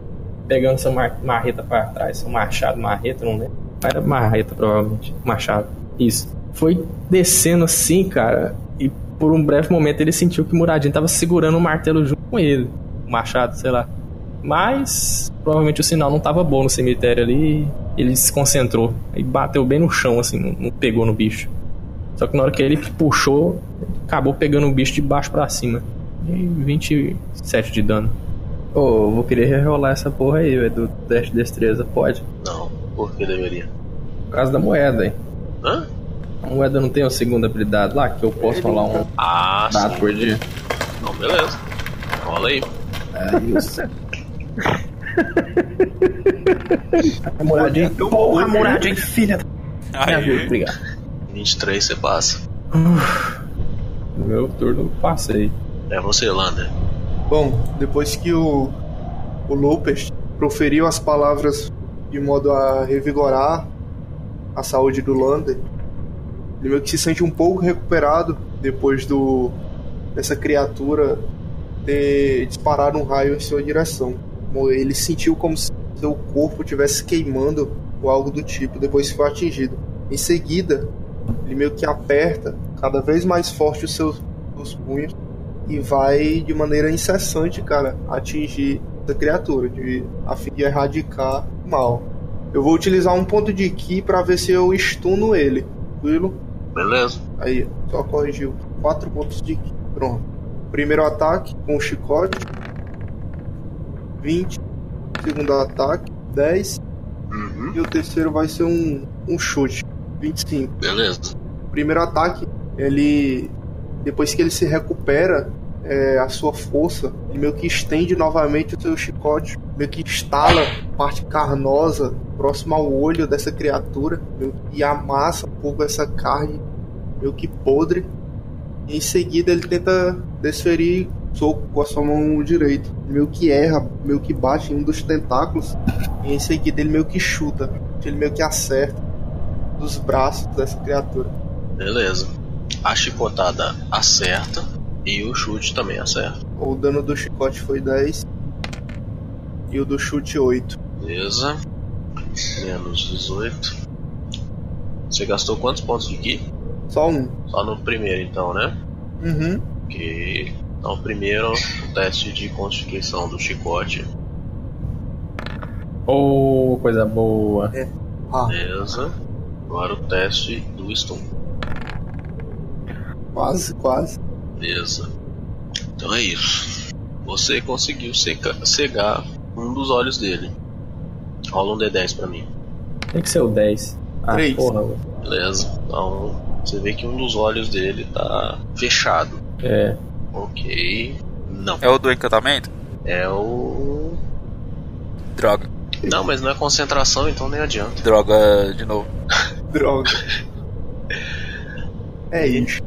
Speaker 5: pegando sua mar- marreta pra trás, seu machado, marreta, não lembro. Era marreta, provavelmente. Machado. Isso. Foi descendo assim, cara, e por um breve momento ele sentiu que o Muradinho tava segurando o martelo junto com ele. O machado, sei lá. Mas provavelmente o sinal não tava bom no cemitério ali. Ele se concentrou e bateu bem no chão, assim, não- não pegou no bicho. Só que na hora que ele puxou, acabou pegando o bicho de baixo pra cima. E 27 de dano. Ô, eu vou querer rerolar essa porra aí, velho, do teste de destreza. Pode.
Speaker 2: Não, por que deveria?
Speaker 5: Por causa da moeda, hein?
Speaker 2: Hã?
Speaker 5: A moeda não tem uma segunda habilidade lá, que eu posso rolar um
Speaker 2: Ah,
Speaker 5: dado por dia.
Speaker 2: sim. Não, beleza. Rola aí.
Speaker 5: É <laughs> isso. Moradinho, porra, moradinho, filha da minha vida,
Speaker 8: Aí,
Speaker 5: obrigado.
Speaker 2: 23 você passa.
Speaker 5: Meu turno passei.
Speaker 2: É você, Lander.
Speaker 6: Bom, depois que o, o Lopes proferiu as palavras de modo a revigorar a saúde do Lander, ele meio que se sente um pouco recuperado depois do dessa criatura ter disparado um raio em sua direção. Bom, Ele sentiu como se seu corpo estivesse queimando ou algo do tipo depois que foi atingido. Em seguida, ele meio que aperta cada vez mais forte os seus os punhos e vai de maneira incessante, cara, atingir essa criatura, de, a fim de erradicar o mal. Eu vou utilizar um ponto de ki pra ver se eu estuno ele. Tranquilo?
Speaker 2: Beleza.
Speaker 6: Aí, só corrigiu. Quatro pontos de ki. Pronto. Primeiro ataque com o chicote. 20. Segundo ataque, 10.
Speaker 2: Uhum.
Speaker 6: E o terceiro vai ser um, um chute. 25
Speaker 2: Beleza.
Speaker 6: primeiro ataque, ele. Depois que ele se recupera é, a sua força, ele meio que estende novamente o seu chicote, meio que estala a parte carnosa próxima ao olho dessa criatura, meio que amassa um pouco essa carne, meio que podre. E em seguida ele tenta desferir soco com a sua mão direita, meio que erra, meio que bate em um dos tentáculos, e em seguida ele meio que chuta, ele meio que acerta dos braços dessa criatura.
Speaker 2: Beleza. A chicotada acerta e o chute também acerta.
Speaker 6: O dano do chicote foi 10 e o do chute 8.
Speaker 2: Beleza. Menos 18. Você gastou quantos pontos de ki?
Speaker 6: Só um.
Speaker 2: Só no primeiro então, né?
Speaker 6: Uhum.
Speaker 2: Ok. Então primeiro o teste de constituição do chicote.
Speaker 5: Ô, coisa boa.
Speaker 6: Ah,
Speaker 2: Beleza. Agora o teste do stun.
Speaker 6: quase, quase. <laughs>
Speaker 2: Beleza. Então é isso. Você conseguiu seca- cegar um dos olhos dele. Rola um D10 pra mim.
Speaker 5: Tem que ser o 10. Ah,
Speaker 6: Três.
Speaker 5: porra, mano.
Speaker 2: Beleza. Então você vê que um dos olhos dele tá fechado.
Speaker 5: É.
Speaker 2: Ok. Não.
Speaker 8: é o do encantamento?
Speaker 2: É o.
Speaker 8: Droga.
Speaker 2: Não, mas não é concentração, então nem adianta.
Speaker 9: Droga de novo.
Speaker 6: Droga. É isso.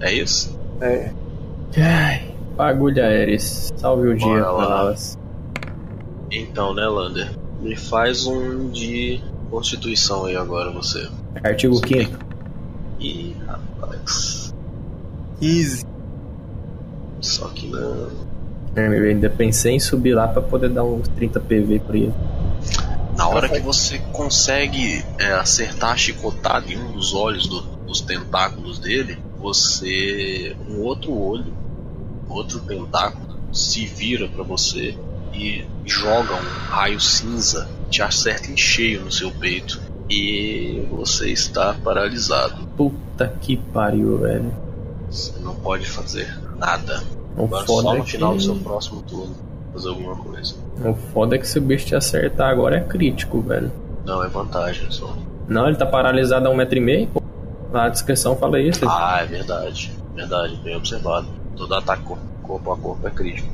Speaker 2: É isso?
Speaker 6: É.
Speaker 5: Ai, Bagulho Aéreos. Salve o dia
Speaker 2: Bora
Speaker 5: pra
Speaker 2: lá.
Speaker 5: nós.
Speaker 2: Então, né, Lander? Me faz um de constituição aí agora, você.
Speaker 5: Artigo 5
Speaker 2: Ih, rapaz.
Speaker 6: 15.
Speaker 2: Só que não.
Speaker 5: Eu ainda pensei em subir lá pra poder dar uns 30 PV pra ele.
Speaker 2: Na hora que você consegue é, acertar a chicotada em um dos olhos do- dos tentáculos dele, você. Um outro olho, outro tentáculo, se vira pra você e joga um raio cinza, te acerta em cheio no seu peito. E você está paralisado.
Speaker 5: Puta que pariu, velho.
Speaker 2: Você não pode fazer nada.
Speaker 5: O
Speaker 2: Agora
Speaker 5: foda,
Speaker 2: só
Speaker 5: é
Speaker 2: no final do seu
Speaker 5: que,
Speaker 2: próximo turno fazer alguma coisa.
Speaker 5: o foda é que se o bicho te acertar agora é crítico, velho.
Speaker 2: Não, é vantagem só.
Speaker 5: Não, ele tá paralisado a um metro e meio, pô. Na descrição fala isso.
Speaker 2: Ah, é verdade. Verdade, bem observado. Todo ataque co- corpo a corpo é crítico.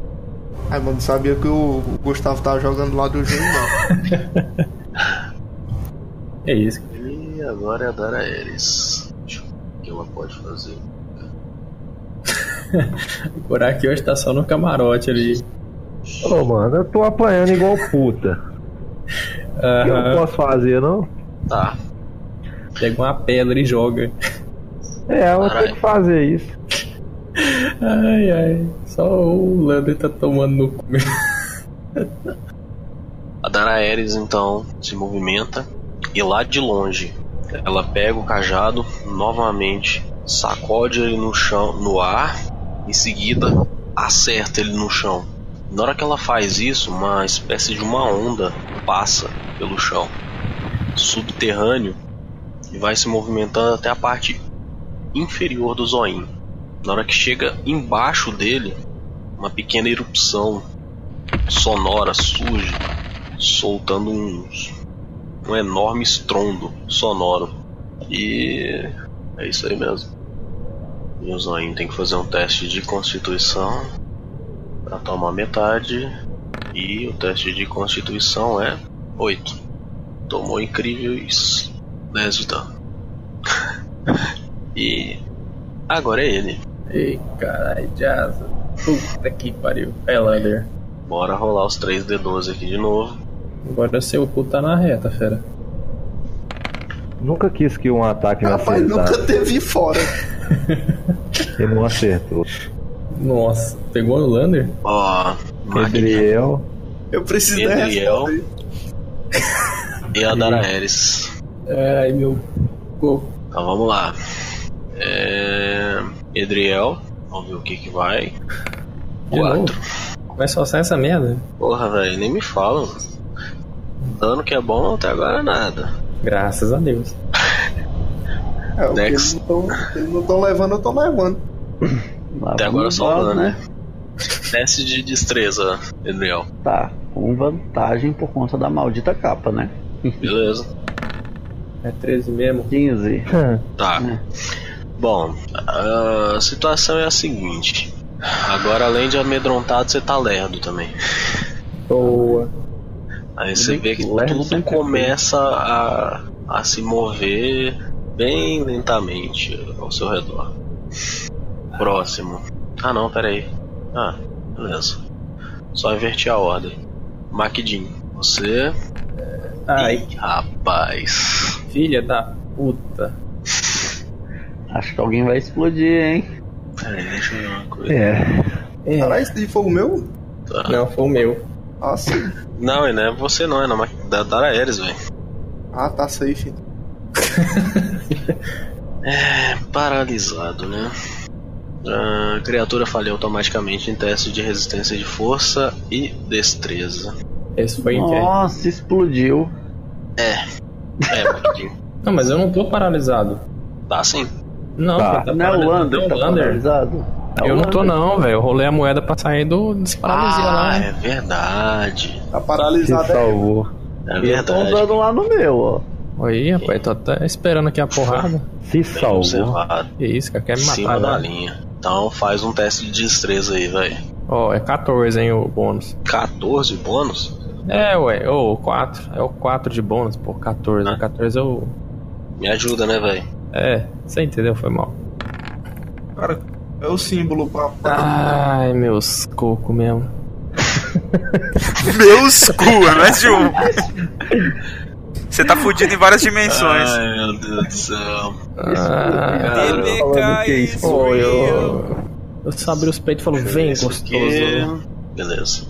Speaker 6: Ai, mano, sabia que o o Gustavo tava jogando lá do Júnior, não.
Speaker 5: É isso.
Speaker 2: E agora é a Dara Ares. Deixa eu ver O que ela pode fazer?
Speaker 5: O Kuraki hoje tá só no camarote ali.
Speaker 7: Ô, mano, eu tô apanhando igual puta. O que eu
Speaker 5: Aham.
Speaker 7: posso fazer, não?
Speaker 2: Tá,
Speaker 5: Pega uma pedra e joga. <laughs>
Speaker 7: É, eu vou ter
Speaker 2: Caralho.
Speaker 7: que fazer isso.
Speaker 5: Ai, ai. Só o Lander tá tomando no cu.
Speaker 2: A Dara Ares então se movimenta e lá de longe ela pega o cajado novamente, sacode ele no chão, no ar, em seguida acerta ele no chão. Na hora que ela faz isso, uma espécie de uma onda passa pelo chão subterrâneo e vai se movimentando até a parte inferior do zoinho. Na hora que chega embaixo dele, uma pequena erupção sonora surge soltando um, um enorme estrondo sonoro. E é isso aí mesmo. E o Zoinho tem que fazer um teste de constituição para tomar metade. E o teste de constituição é 8. Tomou incríveis 10 de dano. <laughs> e agora é ele.
Speaker 5: Ei, caralho, Jaza. Puta que pariu. É, Lander.
Speaker 2: Bora rolar os 3D12 aqui de novo.
Speaker 5: Agora seu cu tá na reta, fera.
Speaker 7: Nunca quis que um ataque me
Speaker 6: Rapaz,
Speaker 7: acertasse.
Speaker 6: nunca teve fora.
Speaker 7: Ele não acertou.
Speaker 5: Nossa, pegou no Lander?
Speaker 2: Ó, Magni
Speaker 7: Gabriel.
Speaker 6: Eu preciso da
Speaker 2: Gabriel.
Speaker 6: resposta aí.
Speaker 2: e a Dara Ares.
Speaker 5: Ai, meu cu.
Speaker 2: Então vamos lá. É... Edriel, vamos ver o que que vai.
Speaker 5: De
Speaker 2: Quatro.
Speaker 5: novo. Vai só sai essa merda?
Speaker 2: Porra, velho, nem me falam. Dano que é bom até agora nada.
Speaker 5: Graças a Deus.
Speaker 6: É, o que eles
Speaker 2: Next.
Speaker 6: não tão- o que eles não estão levando, eu tô levando.
Speaker 4: Lá
Speaker 2: Até agora
Speaker 4: vamos
Speaker 2: só
Speaker 4: nós,
Speaker 2: o dano, né? Teste de destreza, Edriel.
Speaker 4: Tá, com vantagem por conta da maldita capa, né?
Speaker 2: Beleza.
Speaker 5: É 13 mesmo.
Speaker 4: 15.
Speaker 2: Tá.
Speaker 4: É.
Speaker 2: Bom, a situação é a seguinte. Agora, além de amedrontado, você tá lerdo também.
Speaker 5: Boa.
Speaker 2: Aí você vê que
Speaker 4: Lerdo
Speaker 2: tudo
Speaker 4: sempre
Speaker 2: começa a, a se mover bem lentamente ao seu redor. Próximo. Ah não, peraí. Ah, beleza. Só inverti a ordem. Maquidin, você.
Speaker 5: Ai,
Speaker 2: Ih, rapaz.
Speaker 5: filha da puta.
Speaker 4: Acho que alguém vai explodir, hein?
Speaker 2: Peraí, deixa eu ver uma coisa.
Speaker 7: É.
Speaker 5: É.
Speaker 6: Caralho, esse daí foi o meu?
Speaker 5: Não, foi o meu.
Speaker 6: Ah, sim.
Speaker 2: Não, e não é você não, é na Ma- da Dara Ares, velho.
Speaker 6: Ah, tá safe.
Speaker 2: É paralisado, né? A criatura falha automaticamente em teste de resistência de força e destreza.
Speaker 5: Esse foi em quem?
Speaker 4: Nossa, explodiu.
Speaker 2: É, Maquidin.
Speaker 5: Não, mas eu não tô paralisado.
Speaker 2: Tá sim.
Speaker 5: Não,
Speaker 7: Tá.
Speaker 5: você tá
Speaker 4: não é o
Speaker 5: paralisado.
Speaker 4: Lander
Speaker 5: Não,
Speaker 4: que tá
Speaker 5: Lander.
Speaker 4: paralisado? É o
Speaker 5: Eu não tô
Speaker 4: Lander.
Speaker 5: não, velho. Eu rolei a moeda pra sair do desparalisia
Speaker 2: Ah,
Speaker 5: lá. né?
Speaker 2: é verdade.
Speaker 6: Tá
Speaker 7: Se
Speaker 6: paralisado. é.
Speaker 7: salvou.
Speaker 2: É
Speaker 4: Eu tô
Speaker 2: verdade.
Speaker 4: usando lá no meu, ó.
Speaker 5: Aí, rapaz, tô até esperando aqui a porrada.
Speaker 7: Se
Speaker 2: Bem
Speaker 7: salvou.
Speaker 2: Tá observado.
Speaker 5: Que isso, cara, quer
Speaker 2: Em
Speaker 5: me
Speaker 2: cima da
Speaker 5: matar, né? velho.
Speaker 2: linha. Então faz um teste de destreza aí, velho.
Speaker 5: Ó, é 14, hein, o bônus.
Speaker 2: 14 bônus?
Speaker 5: É, ué, ou 4. É o 4 de bônus, pô,
Speaker 2: Ah.
Speaker 5: 14. O 14 é o.
Speaker 2: Me ajuda, né, velho?
Speaker 5: É, você entendeu? Foi mal.
Speaker 6: Cara, é o símbolo pra.
Speaker 5: Ai, meus coco mesmo.
Speaker 8: Meus cu, é mais de um. <laughs> Você tá fudido em várias dimensões.
Speaker 2: Ai, meu Deus do céu. é
Speaker 5: Ah,
Speaker 2: Cara,
Speaker 8: Ele
Speaker 6: falando
Speaker 8: cai,
Speaker 6: que é isso
Speaker 8: sou
Speaker 5: pô,
Speaker 8: eu.
Speaker 5: eu. Eu só abri os peitos e falo, vem,
Speaker 2: Isso
Speaker 5: gostoso.
Speaker 2: aqui- Beleza.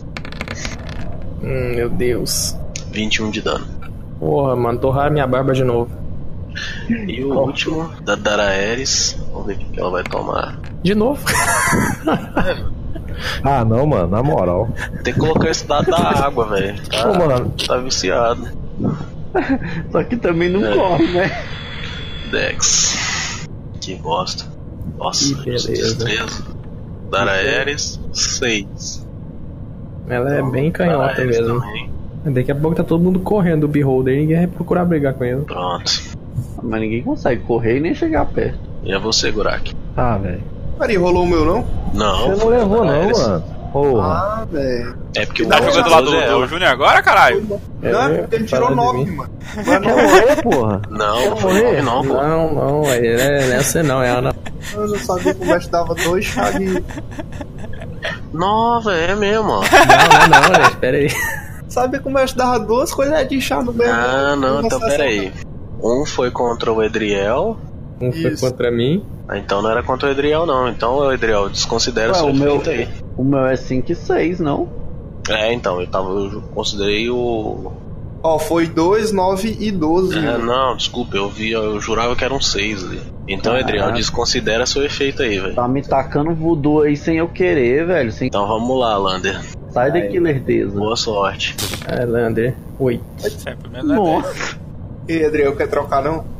Speaker 5: Hum, meu Deus.
Speaker 2: 21 de dano.
Speaker 5: Porra, mano, torrar minha barba de novo.
Speaker 2: E o último, da Daraeris. Vamos ver o que que ela vai tomar.
Speaker 5: De novo? <laughs>
Speaker 7: Ah, não, mano, na moral.
Speaker 2: Tem que colocar esse dado da água, velho.
Speaker 7: Ô,
Speaker 2: Tá,
Speaker 7: mano,
Speaker 2: tá viciado.
Speaker 4: Só que também não
Speaker 2: É.
Speaker 4: corre, né?
Speaker 2: Dex. Que bosta. Nossa,
Speaker 5: Que beleza.
Speaker 2: destreza. Daraeris, 6.
Speaker 5: Ela é bem canhota
Speaker 2: Daraeris
Speaker 5: mesmo.
Speaker 2: também.
Speaker 5: Daqui a pouco tá todo mundo correndo do Beholder e ninguém vai procurar brigar com ele.
Speaker 2: Pronto.
Speaker 4: Mas ninguém consegue correr e nem chegar perto.
Speaker 2: Já vou segurar aqui.
Speaker 7: Ah, velho.
Speaker 6: Peraí, rolou o meu não?
Speaker 2: Ah, Não.
Speaker 7: Você não
Speaker 2: foi
Speaker 7: levou, não,
Speaker 2: Daraeris.
Speaker 7: mano. Porra.
Speaker 6: Ah, velho.
Speaker 2: É porque o
Speaker 8: Tá jogando do lado
Speaker 2: outro é
Speaker 8: do, do Júnior agora, caralho?
Speaker 6: Não, é porque ele tirou
Speaker 5: Fala de
Speaker 6: 9,
Speaker 5: mim.
Speaker 6: mano.
Speaker 7: Quer <laughs> morrer, porra?
Speaker 2: Não, não foi nove, não, pô.
Speaker 5: É, Não, não, é, é, nessa não, é a Ana.
Speaker 6: Eu não sabia que o mestre dava dois chá de.
Speaker 2: Nova, é mesmo, ó.
Speaker 5: Não, não, não, gente, pera aí.
Speaker 6: Sabia que o mestre dava duas coisas de chá no mesmo.
Speaker 2: Ah, não,
Speaker 6: Uma
Speaker 2: então
Speaker 6: sessão.
Speaker 2: peraí. Um foi contra o Edriel.
Speaker 5: Um foi
Speaker 6: Isso.
Speaker 5: contra mim.
Speaker 2: Ah, Então não era contra o Edriel, não. Então, Edriel, desconsidera o
Speaker 4: Ué,
Speaker 2: seu
Speaker 4: o meu,
Speaker 2: efeito aí.
Speaker 4: o meu é 5 e 6, não?
Speaker 2: É, então, eu tava. Eu considerei o.
Speaker 6: Ó, foi 2, 9 e 12.
Speaker 2: É,
Speaker 6: mano.
Speaker 2: não, desculpa, eu vi, eu jurava que era um 6 ali. Então,
Speaker 4: Ah.
Speaker 2: Edriel, desconsidera seu efeito aí, velho.
Speaker 4: Tá me tacando voodoo aí sem eu querer, velho. Sem...
Speaker 2: Então vamos lá, Lander.
Speaker 4: Sai daqui, lerdeza.
Speaker 2: Boa sorte.
Speaker 5: É, Lander. Oi.
Speaker 8: É, pelo menos não é
Speaker 4: Nossa,
Speaker 6: E Adriel, quer trocar não?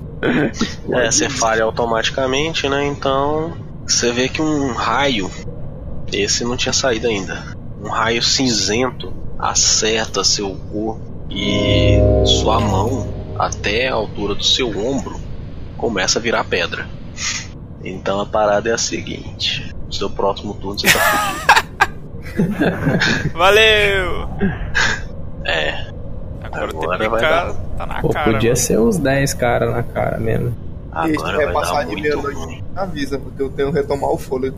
Speaker 2: É, você falha automaticamente, né? Então. Você vê que um raio. Esse não tinha saído ainda. Um raio cinzento acerta seu corpo e sua mão, até a altura do seu ombro, começa a virar pedra. Então a parada é a seguinte: no seu próximo turno você tá.
Speaker 8: 10. Valeu!
Speaker 2: é,
Speaker 8: Agora,
Speaker 2: Agora
Speaker 8: o
Speaker 2: vai
Speaker 8: TPK tá na
Speaker 5: Pô,
Speaker 8: cara.
Speaker 5: podia
Speaker 8: mano.
Speaker 5: ser uns 10 caras na cara mesmo.
Speaker 2: agora
Speaker 6: quer
Speaker 2: vai
Speaker 6: passar
Speaker 2: dar
Speaker 6: de
Speaker 2: muito
Speaker 6: meia-noite?
Speaker 2: ruim.
Speaker 6: Avisa, porque eu tenho que retomar o fôlego.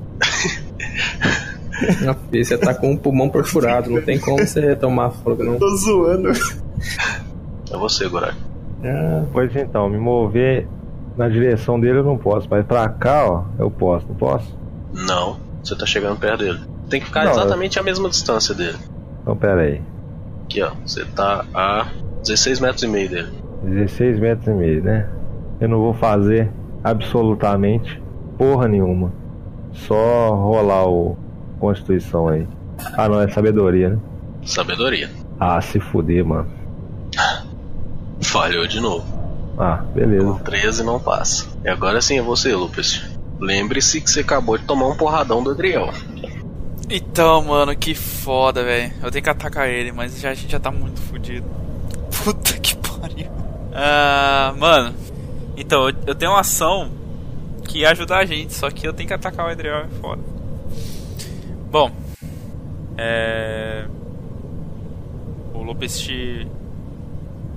Speaker 5: Não, filho, Você tá com o pulmão perfurado, não tem como você retomar fogo, não.
Speaker 6: Tô zoando.
Speaker 2: Eu vou segurar.
Speaker 5: Ah,
Speaker 7: Pois então, me mover na direção dele eu não posso, mas pra cá, ó, eu posso, não posso?
Speaker 2: Não, você tá chegando perto dele. Tem que ficar
Speaker 7: Não,
Speaker 2: exatamente a mesma distância dele.
Speaker 7: Então, pera aí.
Speaker 2: Aqui, ó. Você tá a 16 metros e meio dele.
Speaker 7: 16 metros e meio, né? Eu não vou fazer absolutamente porra nenhuma. Só rolar o Constituição aí. Ah, não, é sabedoria, né?
Speaker 2: Sabedoria.
Speaker 7: Ah, se fuder, mano.
Speaker 2: Falhou de novo.
Speaker 7: Ah, beleza.
Speaker 2: Com 13 não passa. E agora sim é você, Lupus. Lembre-se que você acabou de tomar um porradão do Adriel.
Speaker 8: Então, mano, que foda, velho. Eu tenho que atacar ele, mas já, a gente já tá muito fudido. <laughs> Puta que pariu. Ah, mano. Então, eu, eu tenho uma ação que ia ajudar a gente, só que eu tenho que atacar o Adriel, é foda. Bom. É. O Lopest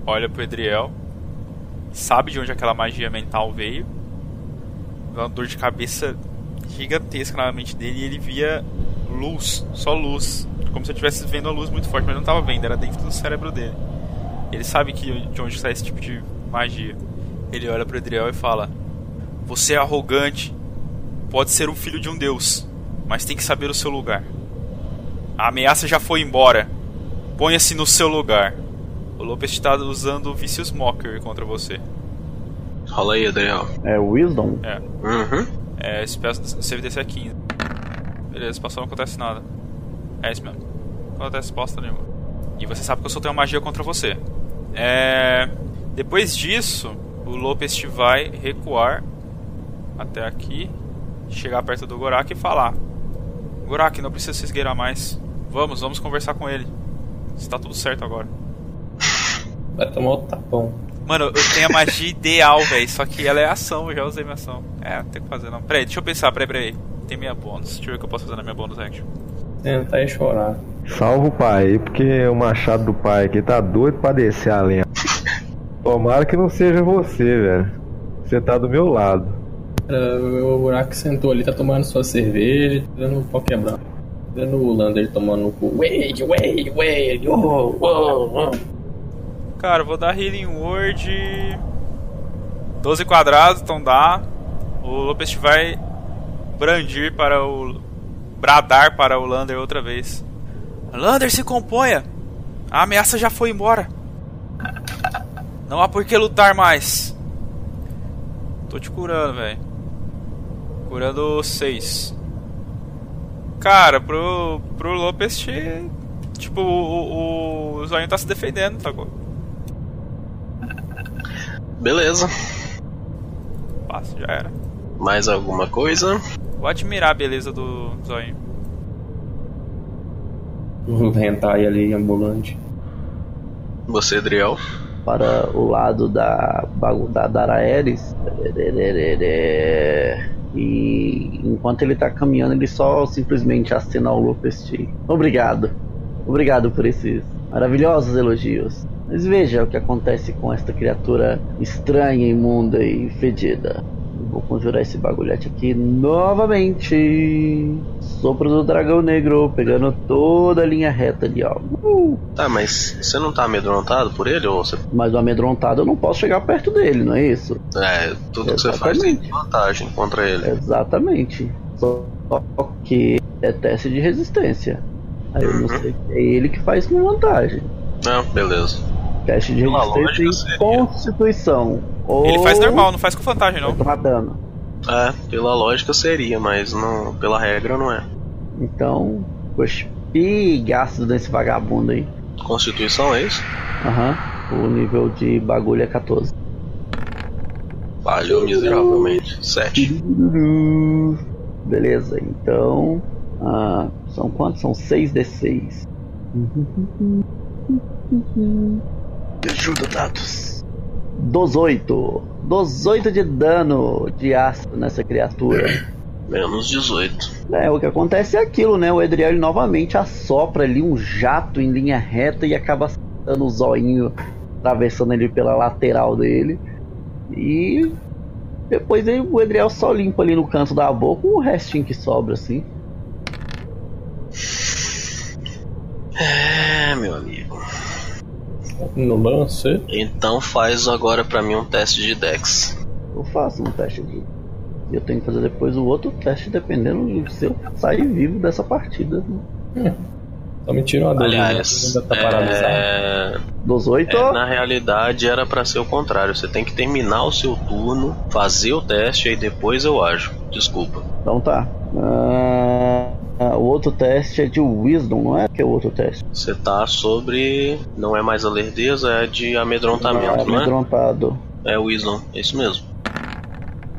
Speaker 8: olha pro Adriel, sabe de onde aquela magia mental veio. Dá uma dor de cabeça gigantesca na mente dele e ele via luz, só luz. Como se eu estivesse vendo a luz muito forte, mas eu não tava vendo, era dentro do cérebro dele. Ele sabe que de onde sai esse tipo de magia. Ele olha pro Edriel e fala: Você é arrogante, pode ser o filho de um deus, mas tem que saber o seu lugar. A ameaça já foi embora. Ponha-se no seu lugar. O Lopes está usando o Vicious Mocker contra você.
Speaker 2: Rola aí, Adriel.
Speaker 4: é Wisdom?
Speaker 2: Uhum.
Speaker 8: É, esse peço- CVDC é 15. Beleza, passou, não acontece nada. É isso mesmo. Não acontece bosta nenhuma. E você sabe que eu soltei uma magia contra você. É... Depois disso, o Lopest vai recuar até aqui, chegar perto do Gorak e falar: Gorak, não precisa se esgueirar mais. Vamos, vamos conversar com ele. Está tudo certo agora.
Speaker 5: vai tomar outro tapão.
Speaker 8: Mano, eu tenho a magia ideal, velho. Só que ela é ação, eu já usei minha ação. É, não tem o que fazer não. Peraí, deixa eu pensar, peraí, peraí. Tem minha bônus. Deixa eu ver o que eu posso fazer na minha bônus action.
Speaker 5: Tentar e chorar.
Speaker 7: Salva o pai aí, porque o machado do pai aqui tá doido pra descer a lenha. Tomara que não seja você, velho. Você tá do meu lado.
Speaker 5: Cara, o buraco sentou ali, tá tomando sua cerveja, dando um pau quebrado. Dando o Lander tomando no cu. Wade, wade, wade, oh, oh, oh.
Speaker 8: Cara, eu vou dar Healing Word. 12 quadrados, então dá. O Lopest vai brandir para o. bradar para o Lander outra vez. Lander, se componha! A ameaça já foi embora. Não há por que lutar mais. Tô te curando, velho. Curando 6. Cara, pro, pro Lopest. Tipo, o, o, o Zoinho tá se defendendo, tá?
Speaker 2: Beleza.
Speaker 8: Passo, já era.
Speaker 2: Mais alguma coisa?
Speaker 8: Vou admirar a beleza do Zoinho.
Speaker 5: O hentai ali, ambulante.
Speaker 2: Você, Driel.
Speaker 4: Para o lado da, bagu- da Daraeris. E enquanto ele tá caminhando, ele só simplesmente acena ao Lupest. Obrigado. Obrigado por esses maravilhosos elogios. Mas veja o que acontece com esta criatura estranha, imunda e fedida. Eu Vou conjurar esse bagulhete aqui novamente. Sopro do dragão negro, pegando toda a linha reta ali, ó. Uh!
Speaker 2: Tá, mas você não tá amedrontado por ele? Ou você...
Speaker 4: Mas o amedrontado eu não posso chegar perto dele, não é isso?
Speaker 2: É, tudo que você faz tem vantagem contra
Speaker 4: É.
Speaker 2: ele.
Speaker 4: Exatamente. Só que é teste de resistência. Aí eu não
Speaker 2: Uhum.
Speaker 4: sei. É ele que faz minha vantagem.
Speaker 2: Não, Ah, beleza.
Speaker 4: Teste de
Speaker 2: Pela
Speaker 4: resistência
Speaker 2: lógica,
Speaker 4: em
Speaker 2: seria.
Speaker 4: constituição. Ou
Speaker 8: Ele faz normal, não faz com vantagem, não.
Speaker 4: Vai tomar dano.
Speaker 2: É, pela lógica seria, mas não, pela regra não é.
Speaker 4: Então, cuspi gasto nesse vagabundo aí.
Speaker 2: Constituição é isso?
Speaker 4: Aham. O nível de bagulho é 14.
Speaker 2: Falhou miseravelmente. Sete.
Speaker 4: Beleza, então. ah, são quantos? São 6d6.
Speaker 2: Me ajuda, dados.
Speaker 4: 18. 18 de dano de ácido nessa criatura.
Speaker 2: Menos 18.
Speaker 4: É, o que acontece é aquilo, né? O Edriel ele novamente assopra ali um jato em linha reta e acaba acertando o zoinho, atravessando ele pela lateral dele. E depois ele- o Edriel só limpa ali no canto da boca o restinho que sobra, assim.
Speaker 2: É, meu amigo.
Speaker 5: No lance.
Speaker 2: Então faz agora pra mim um teste de Dex.
Speaker 4: Eu faço um teste aqui. E eu tenho que fazer depois o outro teste, dependendo se eu sair vivo dessa partida. né?
Speaker 5: Só me tira uma dúvida.
Speaker 2: Aliás,
Speaker 5: ainda tá paralisado.
Speaker 2: é...
Speaker 4: 18.
Speaker 2: é, na realidade era pra ser o contrário. Você tem que terminar o seu turno, fazer o teste e depois eu ajo. Desculpa.
Speaker 4: Então tá. Ah, ah, o outro teste é de Wisdom, não é? Que é o outro teste.
Speaker 2: Você tá sobre. Não é mais a lerdeza, é de amedrontamento, né?
Speaker 4: Tá Amedrontado.
Speaker 2: É o Wisdom, é isso mesmo.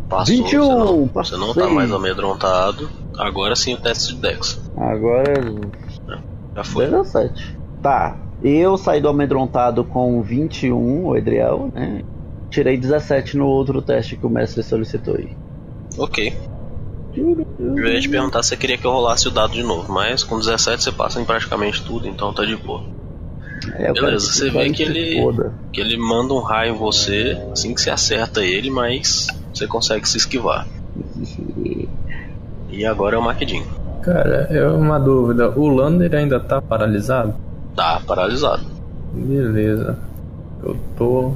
Speaker 2: Passou,
Speaker 4: 21,
Speaker 2: você não, você não tá
Speaker 4: passei.
Speaker 2: mais amedrontado. Agora sim o teste de Dex.
Speaker 4: Agora
Speaker 2: Já foi.
Speaker 4: 17. Tá. Eu saí do amedrontado com 21, o Edriel, né? Tirei 17 no outro teste que o mestre solicitou aí.
Speaker 2: Ok. Eu ia te perguntar se você queria que eu rolasse o dado de novo, mas com 17 você passa em praticamente tudo, então tá de boa.
Speaker 4: É, eu quero
Speaker 2: Beleza, você vê
Speaker 4: ele
Speaker 2: que
Speaker 4: se
Speaker 2: ele-
Speaker 4: foda.
Speaker 2: Que ele manda um raio em você, assim que você acerta ele, mas você consegue se esquivar. E agora é o Maquidinho.
Speaker 5: Cara, é uma dúvida. O Lander ainda tá paralisado?
Speaker 2: Tá paralisado.
Speaker 5: Beleza. Eu tô.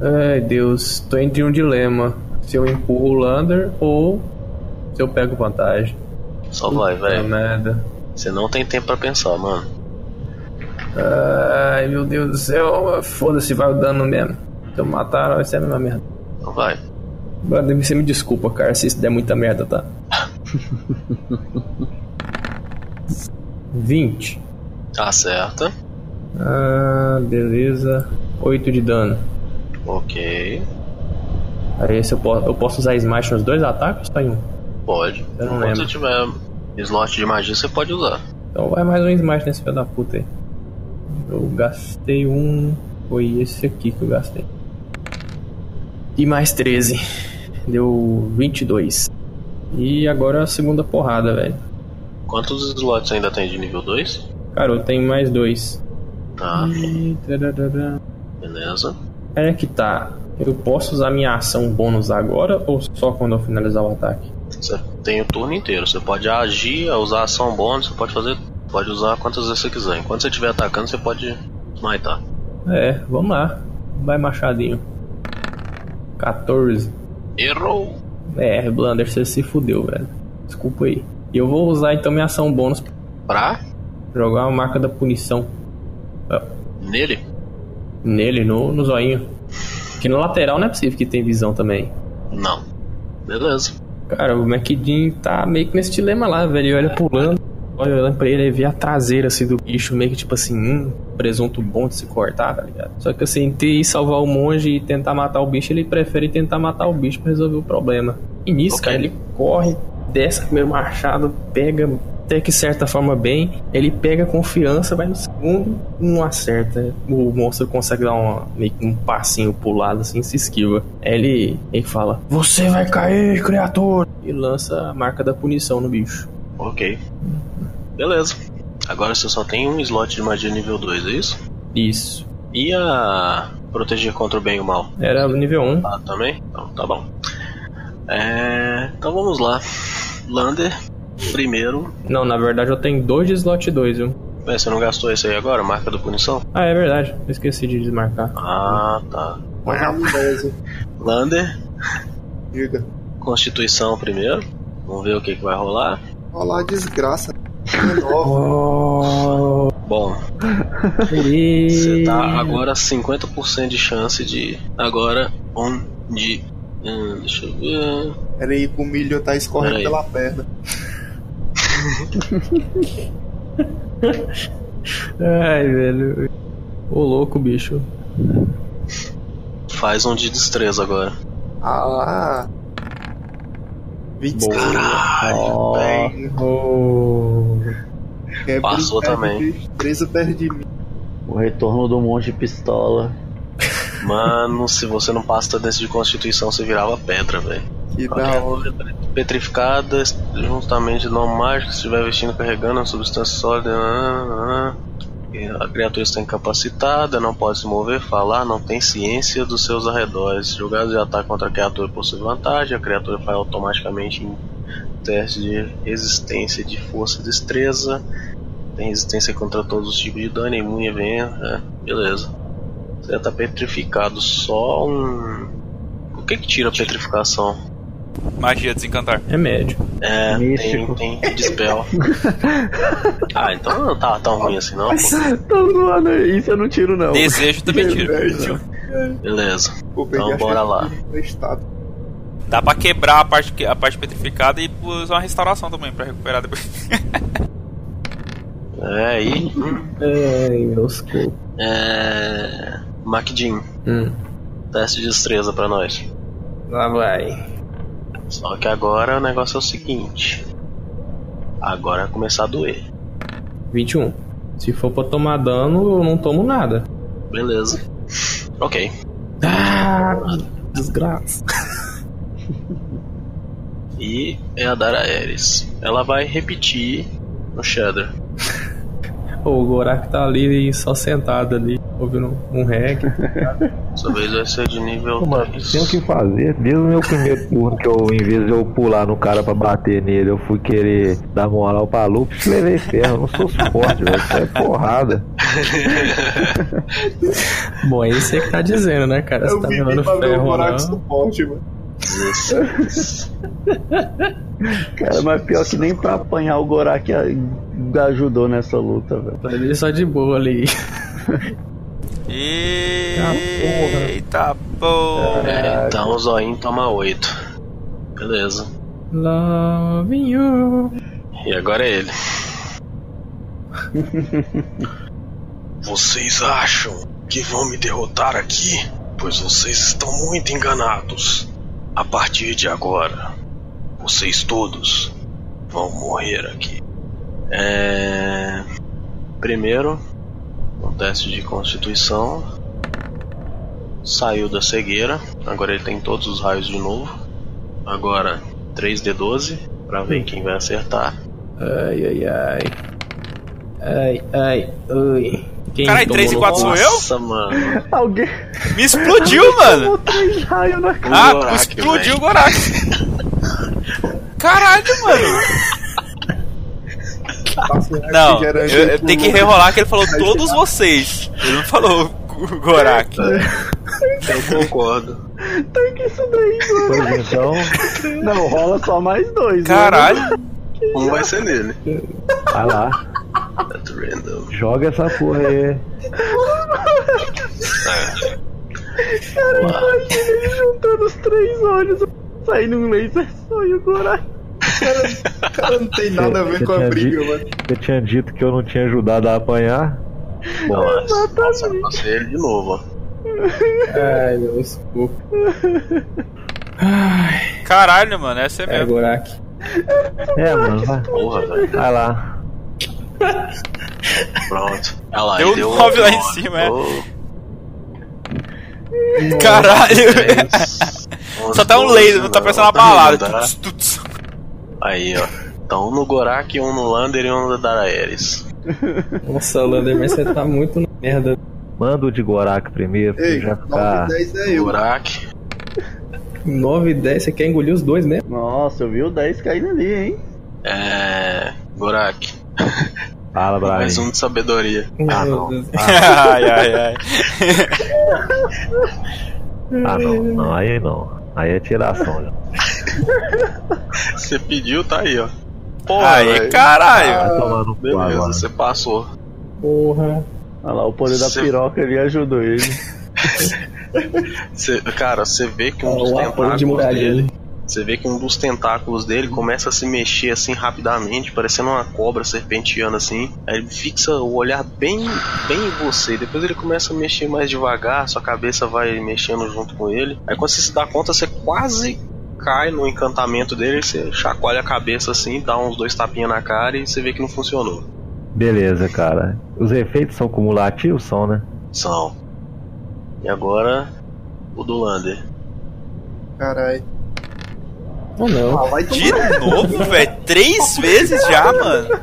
Speaker 5: Ai Deus, tô entre um dilema. Se eu empurro o Lander ou se eu pego vantagem.
Speaker 2: Só vai,
Speaker 5: É.
Speaker 2: velho.
Speaker 5: merda.
Speaker 2: Você não tem tempo pra pensar, mano.
Speaker 5: Ai meu Deus do céu, foda-se, vai o dano mesmo. Se eu matar, vai ser a mesma merda.
Speaker 2: Então vai.
Speaker 5: Brother, Você me desculpa, cara, se isso der muita merda, tá? 20.
Speaker 2: Acerta.
Speaker 5: Ah, beleza. 8 de dano.
Speaker 2: Ok.
Speaker 5: Aí se eu, po- eu posso usar Smash nos dois ataques ou só em um?
Speaker 2: Pode.
Speaker 5: Eu não
Speaker 2: Enquanto
Speaker 5: lembro.
Speaker 2: você tiver slot de magia, você pode usar.
Speaker 5: Então vai mais um Smash nesse filho da puta aí. Eu gastei um. Foi esse aqui que eu gastei. E mais 13. Deu 22. E agora a segunda porrada, velho.
Speaker 2: Quantos slots ainda tem de nível 2?
Speaker 5: Cara, eu tenho mais dois.
Speaker 2: Tá,
Speaker 5: Ih, tararara.
Speaker 2: beleza.
Speaker 5: É que tá. Eu posso usar minha ação bônus agora ou só quando eu finalizar o ataque?
Speaker 2: Você tem o turno inteiro. Você pode agir, usar ação bônus, você pode fazer. Pode usar quantas vezes você quiser. Enquanto você estiver atacando, você pode smitar.
Speaker 5: É, vamos lá. Vai machadinho. 14.
Speaker 2: Errou!
Speaker 5: É, Blander, você se fudeu, velho. Desculpa aí. E eu vou usar então minha ação bônus pra
Speaker 2: Pra?
Speaker 5: jogar uma marca da punição
Speaker 2: Nele?
Speaker 5: nele, no, no zoinho. Que no lateral não é possível que tem visão também.
Speaker 2: Não. Beleza.
Speaker 5: Cara, o McDean tá meio que nesse dilema lá, velho. Ele olha pulando, olha olhando pra ele e vê a traseira assim do bicho, meio que tipo assim, hum, presunto bom de se cortar, tá ligado? Só que assim, ter ir salvar o monge e tentar matar o bicho, ele prefere tentar matar o bicho pra resolver o problema. E nisso,
Speaker 2: Ok.
Speaker 5: cara, ele corre, desce com o primeiro machado, pega até que certa forma bem, ele pega confiança, vai no segundo, não acerta. O monstro consegue dar uma, meio que um passinho pro lado, assim, se esquiva. Aí Ele, ele fala, você vai cair, criatura! E lança a marca da punição no bicho.
Speaker 2: Ok. Beleza. Agora você só tem um slot de magia nível 2, é isso?
Speaker 5: Isso.
Speaker 2: E a proteger contra o bem e o mal?
Speaker 5: Era nível 1.
Speaker 2: Ah, também? Então, tá bom. É, então vamos lá. Lander, primeiro.
Speaker 5: Não, na verdade eu tenho dois de slot 2, viu?
Speaker 2: Ué, você não gastou esse aí agora? Marca da punição?
Speaker 5: Ah, é verdade. Eu esqueci de desmarcar.
Speaker 2: Ah, tá.
Speaker 6: Beleza.
Speaker 2: Lander,
Speaker 6: Diga.
Speaker 2: Constituição primeiro. Vamos ver o que, que vai rolar.
Speaker 6: Olha lá, desgraça. Nova.
Speaker 2: Bom, você tá agora 50% de chance de. Agora, um de. hum, deixa eu ver.
Speaker 6: Peraí, que o milho tá escorrendo
Speaker 2: Peraí.
Speaker 6: pela perna.
Speaker 5: Ai, velho. Ô louco, bicho.
Speaker 2: Faz um de destreza agora.
Speaker 6: Ah! 20
Speaker 2: Caralho, velho.
Speaker 6: É,
Speaker 2: Passou
Speaker 6: brincar
Speaker 2: também.
Speaker 6: de Destreza perto de mim.
Speaker 4: O retorno do monge pistola.
Speaker 2: Mano, se você não passa desse de constituição, você virava pedra, velho.
Speaker 6: Que
Speaker 2: Qualquer
Speaker 6: da hora.
Speaker 2: coisa petrificada, juntamente não mágica, se estiver vestindo carregando uma substância sólida. ah, ah, ah. A criatura está incapacitada, não pode se mover, falar, não tem ciência dos seus arredores. Julgado de ataque contra a criatura possui vantagem, a criatura faz automaticamente um teste de resistência de força e destreza. Tem resistência contra todos os tipos de dano, é imune, vem. É, beleza. Você está petrificado, só um. O que que tira a petrificação?
Speaker 8: Magia desencantar.
Speaker 5: É médio.
Speaker 2: É,
Speaker 4: Místico.
Speaker 2: tem, tem dispel. ah, então não tá tão ruim assim não. pô.
Speaker 4: Tá zoando aí, isso eu não tiro, não.
Speaker 8: Desejo também tira.
Speaker 2: Beleza.
Speaker 6: Pô, perdi
Speaker 2: Então,
Speaker 6: a
Speaker 2: bora
Speaker 6: chance
Speaker 2: lá.
Speaker 6: de emprestado.
Speaker 8: Dá pra quebrar a parte, que- a parte petrificada e usar uma restauração também pra recuperar depois. <laughs>
Speaker 2: É aí.
Speaker 5: Ai, meus cu.
Speaker 2: É. MacDin,
Speaker 5: Hum.
Speaker 2: teste de destreza pra nós.
Speaker 5: Lá vai.
Speaker 2: Só que agora o negócio é o seguinte. Agora vai começar a doer.
Speaker 5: 21. Se for pra tomar dano, eu não tomo nada.
Speaker 2: Beleza. Ok.
Speaker 5: Ah, desgraça.
Speaker 2: E é a Dara Ares. Ela vai repetir no Shader.
Speaker 5: O Gorak tá ali só sentado ali, ouvindo um rec.
Speaker 2: Sua vez vai ser de nível
Speaker 7: Ô, Mano, tem o
Speaker 2: 3.
Speaker 7: que fazer. Desde o meu primeiro turno, que eu, em vez de eu pular no cara pra bater nele, eu fui querer dar moral pra Lupus, levei ferro. Eu não sou suporte, velho. Isso é porrada.
Speaker 5: Bom, é isso aí que tá dizendo, né, cara? Você
Speaker 6: Eu
Speaker 5: tá
Speaker 6: vim
Speaker 5: levando
Speaker 6: pra ver o
Speaker 5: ferro, né?
Speaker 6: buraco de
Speaker 5: não.
Speaker 6: suporte, mano.
Speaker 4: Cara, mas pior que nem pra apanhar o Gorak a- ajudou nessa luta, velho.
Speaker 5: Tá ali só de boa ali.
Speaker 8: Eita porra.
Speaker 2: É, então o Zoin toma 8. Beleza.
Speaker 5: Love you.
Speaker 2: E agora é ele. <laughs> vocês acham que vão me derrotar aqui? Pois vocês estão muito enganados. A partir de agora, vocês todos vão morrer aqui. É. Primeiro, um teste de constituição. Saiu da cegueira. Agora ele tem todos os raios de novo. Agora 3D12 pra ver quem vai acertar.
Speaker 5: Ai, ai, ai. Ai, ai, ui. Quem
Speaker 8: Carai, três e
Speaker 5: tomou-
Speaker 8: quatro sou eu?
Speaker 2: Nossa, mano.
Speaker 4: Alguém
Speaker 8: Me explodiu, mano!
Speaker 4: tomou três raios na cara.
Speaker 8: <laughs> Ah,
Speaker 2: Gorak,
Speaker 8: explodiu
Speaker 2: velho.
Speaker 8: o <laughs> Gorak. Caralho, mano. Não, eu,
Speaker 6: um refrigerante
Speaker 8: eu
Speaker 6: pro
Speaker 8: tenho que
Speaker 6: Lucas.
Speaker 8: rerolar que ele falou todos vocês. Ele não falou o Gorak.
Speaker 2: Eu concordo.
Speaker 4: Tem que isso daí,
Speaker 7: Pois então,
Speaker 2: é.
Speaker 4: mano. Não, rola só mais dois. né?
Speaker 8: Caralho.
Speaker 2: Um vai ser nele.
Speaker 7: vai lá,
Speaker 2: That's random.
Speaker 7: joga essa porra aí.
Speaker 4: Cara, imagina ele juntando os três olhos, saindo um laser só e o Gorak.
Speaker 6: O cara não tem nada a ver
Speaker 7: Você
Speaker 6: com a
Speaker 7: tinha
Speaker 6: briga,
Speaker 7: dito-
Speaker 6: mano.
Speaker 7: Você tinha dito que eu não tinha ajudado a apanhar? Bom,
Speaker 2: Nossa, passei ele de novo, ó.
Speaker 5: Ai, Deus. desculpa.
Speaker 8: Caralho, mano, essa é
Speaker 5: É,
Speaker 8: mesmo.
Speaker 5: Gorak.
Speaker 7: é, mano, vai,
Speaker 2: Porra, velho.
Speaker 7: vai lá.
Speaker 2: Pronto. Olha lá,
Speaker 8: Deu um
Speaker 2: ele deu um
Speaker 8: nove lá em
Speaker 2: nove.
Speaker 8: cima, é.
Speaker 2: Oh, é
Speaker 8: Caralho.
Speaker 2: dez, onze,
Speaker 8: <laughs> Só tá um
Speaker 2: doze,
Speaker 8: laser, não tá parecendo uma
Speaker 2: tá
Speaker 8: balada.
Speaker 2: arredondar.
Speaker 8: Tuts, tuts.
Speaker 2: Aí, ó. Tá um no Gorak, um no Lander e um no Daraeris.
Speaker 5: Nossa, Landerman, você tá muito na merda.
Speaker 7: Manda o de Gorak primeiro, pra
Speaker 6: Ei,
Speaker 7: já
Speaker 6: 9
Speaker 5: tá.
Speaker 7: ficar.
Speaker 6: e 10 é eu.
Speaker 2: Gorak.
Speaker 5: 9 e 10, você quer engolir os dois mesmo?
Speaker 4: Nossa, eu vi o 10 caindo ali, hein?
Speaker 2: É. Gorak.
Speaker 7: Fala, Brian.
Speaker 2: Mais um de sabedoria. Ah, não.
Speaker 5: Deus.
Speaker 8: ai, ai, ai.
Speaker 7: Ah, não, não, aí não. Aí é tiração, já.
Speaker 2: Você pediu, tá aí, ó. Porra,
Speaker 8: Aí,
Speaker 2: velho.
Speaker 8: caralho.
Speaker 7: Vai tomar no cu
Speaker 2: Beleza,
Speaker 7: agora.
Speaker 2: você passou.
Speaker 5: Porra.
Speaker 4: Olha lá, o poder da
Speaker 2: Cê-
Speaker 4: piroca ali ajudou ele. <laughs>
Speaker 2: Cê- cara, você vê que um dos
Speaker 5: O apoio de
Speaker 2: tentáculos
Speaker 5: muralha.
Speaker 2: dele. Você vê que um dos tentáculos dele começa a se mexer assim rapidamente, parecendo uma cobra serpenteando assim. Aí ele fixa o olhar bem, bem em você. Depois ele começa a mexer mais devagar, sua cabeça vai mexendo junto com ele. Aí quando você se dá conta, você quase cai no encantamento dele, você chacoalha a cabeça assim, dá uns dois tapinhas na cara e você vê que não funcionou.
Speaker 7: Beleza, cara. Os efeitos são cumulativos, são, né?
Speaker 2: São. E agora o do Lander.
Speaker 6: Caralho.
Speaker 5: Ou não.
Speaker 6: Ah, vai
Speaker 8: De
Speaker 6: tomar.
Speaker 8: novo, velho. Três vezes já, mano.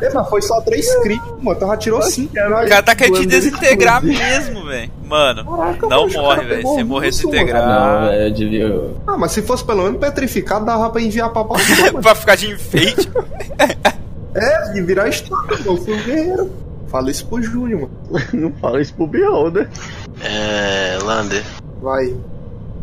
Speaker 6: É, mas foi só três críticos, mano. Tava tirou cinco.
Speaker 8: O cara tá querendo te desintegrar mesmo, velho. Mano, não morre,
Speaker 6: é
Speaker 8: velho. Se morrer,
Speaker 5: Não,
Speaker 8: desintegrar.
Speaker 5: velho, eu devia. eu-
Speaker 6: Ah, mas se fosse pelo menos petrificado, dava pra enviar
Speaker 8: <laughs>
Speaker 6: pra papai, mano.
Speaker 8: pra ficar de enfeite.
Speaker 6: É, e virar estátua, mano. Fui um guerreiro. Fala isso pro Júnior, mano.
Speaker 4: Não fala isso pro Beholder.
Speaker 2: É. Lander,
Speaker 6: Vai.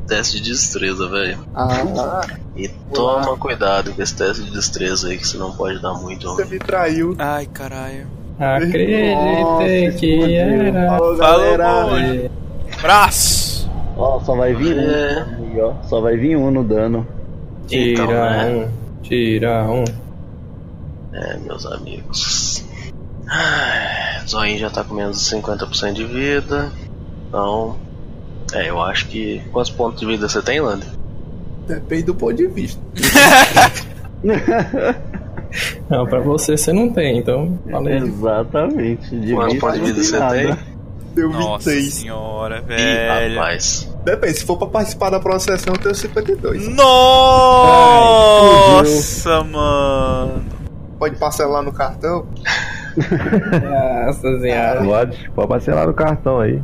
Speaker 2: teste de destreza, velho.
Speaker 6: Ah,
Speaker 2: E toma cuidado com esse teste de destreza aí, que você não pode dar muito.
Speaker 6: você me traiu.
Speaker 8: Ai, caralho.
Speaker 5: Acreditei
Speaker 4: Nossa,
Speaker 5: que
Speaker 4: explodiu.
Speaker 5: era.
Speaker 4: Falou,
Speaker 8: Falou,
Speaker 4: galera.
Speaker 8: mano. Braço.
Speaker 4: Ó, só vai vir um.
Speaker 2: É.
Speaker 4: Aí, ó. Só vai vir um no dano.
Speaker 5: Tira
Speaker 2: Então, né?
Speaker 5: um. Tira um.
Speaker 2: É, meus amigos. Ai, Zoinho já tá com menos de 50% de vida. Então. É, eu acho que. Quantos pontos de vida você tem, Lander?
Speaker 6: Depende do ponto de vista.
Speaker 5: Não, pra você você não tem, então. Falei.
Speaker 4: Exatamente. De
Speaker 2: Quantos
Speaker 4: vista
Speaker 2: pontos de
Speaker 4: não
Speaker 2: vida
Speaker 4: tem
Speaker 2: você
Speaker 4: nada.
Speaker 2: tem?
Speaker 6: Deu
Speaker 8: Nossa
Speaker 6: 26.
Speaker 8: senhora,
Speaker 2: Ih,
Speaker 8: velho.
Speaker 2: rapaz.
Speaker 6: Depende, se for pra participar da processão, eu tenho 52.
Speaker 8: Nossa, mano.
Speaker 6: Pode parcelar no cartão.
Speaker 5: Nossa senhora.
Speaker 7: Pode, pode parcelar no cartão aí.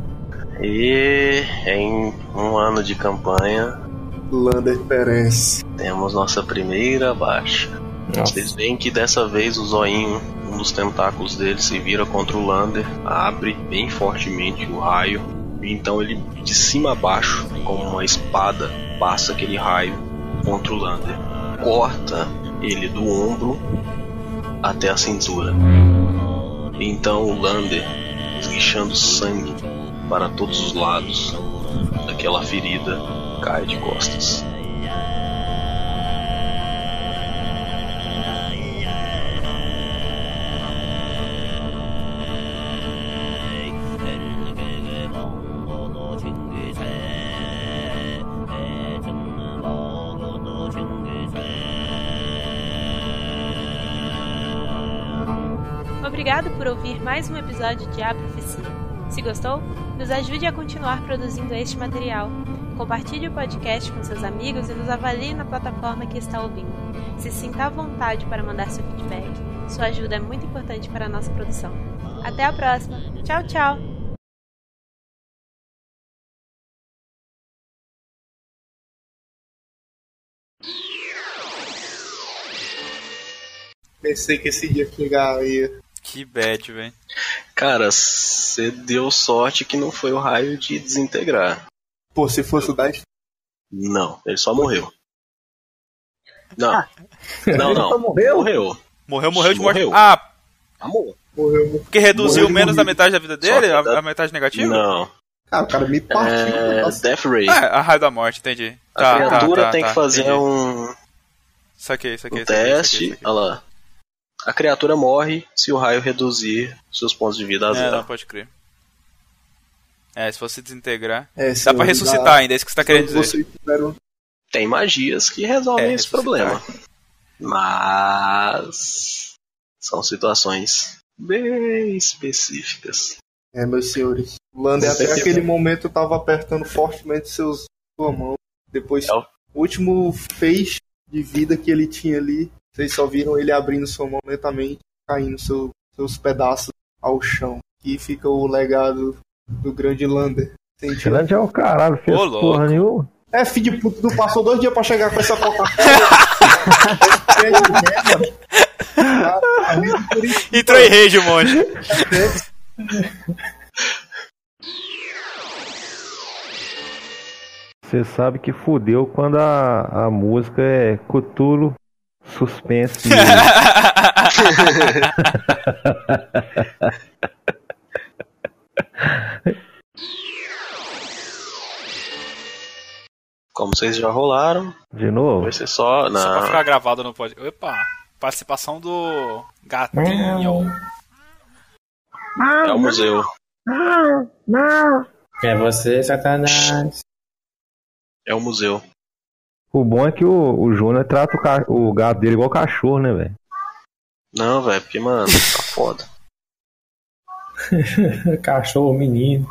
Speaker 2: E em um ano de campanha,
Speaker 6: Lander Perez.
Speaker 2: temos nossa primeira baixa.
Speaker 5: Nossa.
Speaker 2: Vocês veem que dessa vez o zoinho, um dos tentáculos dele, se vira contra o Lander, abre bem fortemente o raio, e então ele de cima a baixo, como uma espada, passa aquele raio contra o Lander, corta ele do ombro até a cintura. Então o Lander, esguichando sangue para todos os lados daquela ferida, cai de costas.
Speaker 9: Obrigado por ouvir mais um episódio de A Profecia. Se gostou, nos ajude a continuar produzindo este material. Compartilhe o podcast com seus amigos e nos avalie na plataforma que está ouvindo. Se sinta à vontade para mandar seu feedback. Sua ajuda é muito importante para a nossa produção. Até a próxima. Tchau, tchau.
Speaker 6: Pensei que esse dia chegaria.
Speaker 8: Que bad, velho.
Speaker 2: Cara, você deu sorte que não foi o raio de desintegrar.
Speaker 6: Pô, se fosse o 10.
Speaker 2: Não, ele só morreu. Não. Não, não.
Speaker 4: morreu?
Speaker 2: Morreu.
Speaker 8: Morreu, morreu de morte.
Speaker 2: Morreu.
Speaker 8: Ah,
Speaker 2: Amor.
Speaker 6: Morreu.
Speaker 8: porque reduziu
Speaker 6: Morreu de
Speaker 8: menos da
Speaker 6: morrer.
Speaker 8: metade da vida
Speaker 2: Só
Speaker 8: dele?
Speaker 2: que
Speaker 8: A,
Speaker 2: dá-
Speaker 8: a metade negativa?
Speaker 2: Não.
Speaker 6: Cara, o cara me partiu.
Speaker 2: É,
Speaker 6: nossa.
Speaker 2: Death Ray.
Speaker 8: Ah, a raio da morte, entendi.
Speaker 2: A
Speaker 8: Tá, tá,
Speaker 2: criatura
Speaker 8: tá,
Speaker 2: tem
Speaker 8: tá,
Speaker 2: que fazer
Speaker 8: entendi.
Speaker 2: um,
Speaker 8: Saquei, saquei.
Speaker 2: um
Speaker 8: saquei,
Speaker 2: teste.
Speaker 8: saquei, saquei.
Speaker 2: Olha lá. A criatura morre se o raio reduzir seus pontos de vida a
Speaker 8: É,
Speaker 2: zero.
Speaker 8: não, pode crer. É, se fosse desintegrar.
Speaker 6: É, se
Speaker 8: Dá pra
Speaker 6: eu-
Speaker 8: ressuscitar
Speaker 6: dá-
Speaker 8: ainda, é isso que você tá querendo dizer.
Speaker 6: Vocês tiveram
Speaker 2: Tem magias que resolvem
Speaker 8: É,
Speaker 2: esse
Speaker 8: ressuscitar.
Speaker 2: problema. Mas são situações bem específicas.
Speaker 6: É, meus senhores. Lander até
Speaker 2: Percebeu.
Speaker 6: aquele momento estava apertando fortemente seus, sua mão. Depois,
Speaker 2: É o-
Speaker 6: o último feixe de vida que ele tinha ali, vocês só viram ele abrindo sua mão lentamente, caindo seu, seus pedaços ao chão. E fica o legado do grande Lander. Entendi.
Speaker 7: Grande é o caralho, fez
Speaker 8: Ô, louco.
Speaker 7: porra nenhuma.
Speaker 6: É, filho de puta, tu passou dois dias pra chegar com essa Coca-Cola.
Speaker 8: Entrou em rage,
Speaker 2: <laughs>
Speaker 8: monge. <laughs>
Speaker 7: Você sabe que fudeu quando a, a música é Cutulo
Speaker 8: <laughs>
Speaker 7: Suspense.
Speaker 2: Como vocês já rolaram,
Speaker 7: De novo?
Speaker 2: vai ser só.
Speaker 8: Só pra
Speaker 2: Não,
Speaker 8: ficar gravado no podcast. Opa! Participação do
Speaker 5: Hum.
Speaker 8: gatinho.
Speaker 2: é o museu.
Speaker 5: É você, Satanás.
Speaker 2: É o museu.
Speaker 7: O bom é que o, o Júnior trata o, ca- o gato dele igual cachorro, né, velho?
Speaker 2: Não, velho, porque, mano, tá foda.
Speaker 5: Cachorro, menino.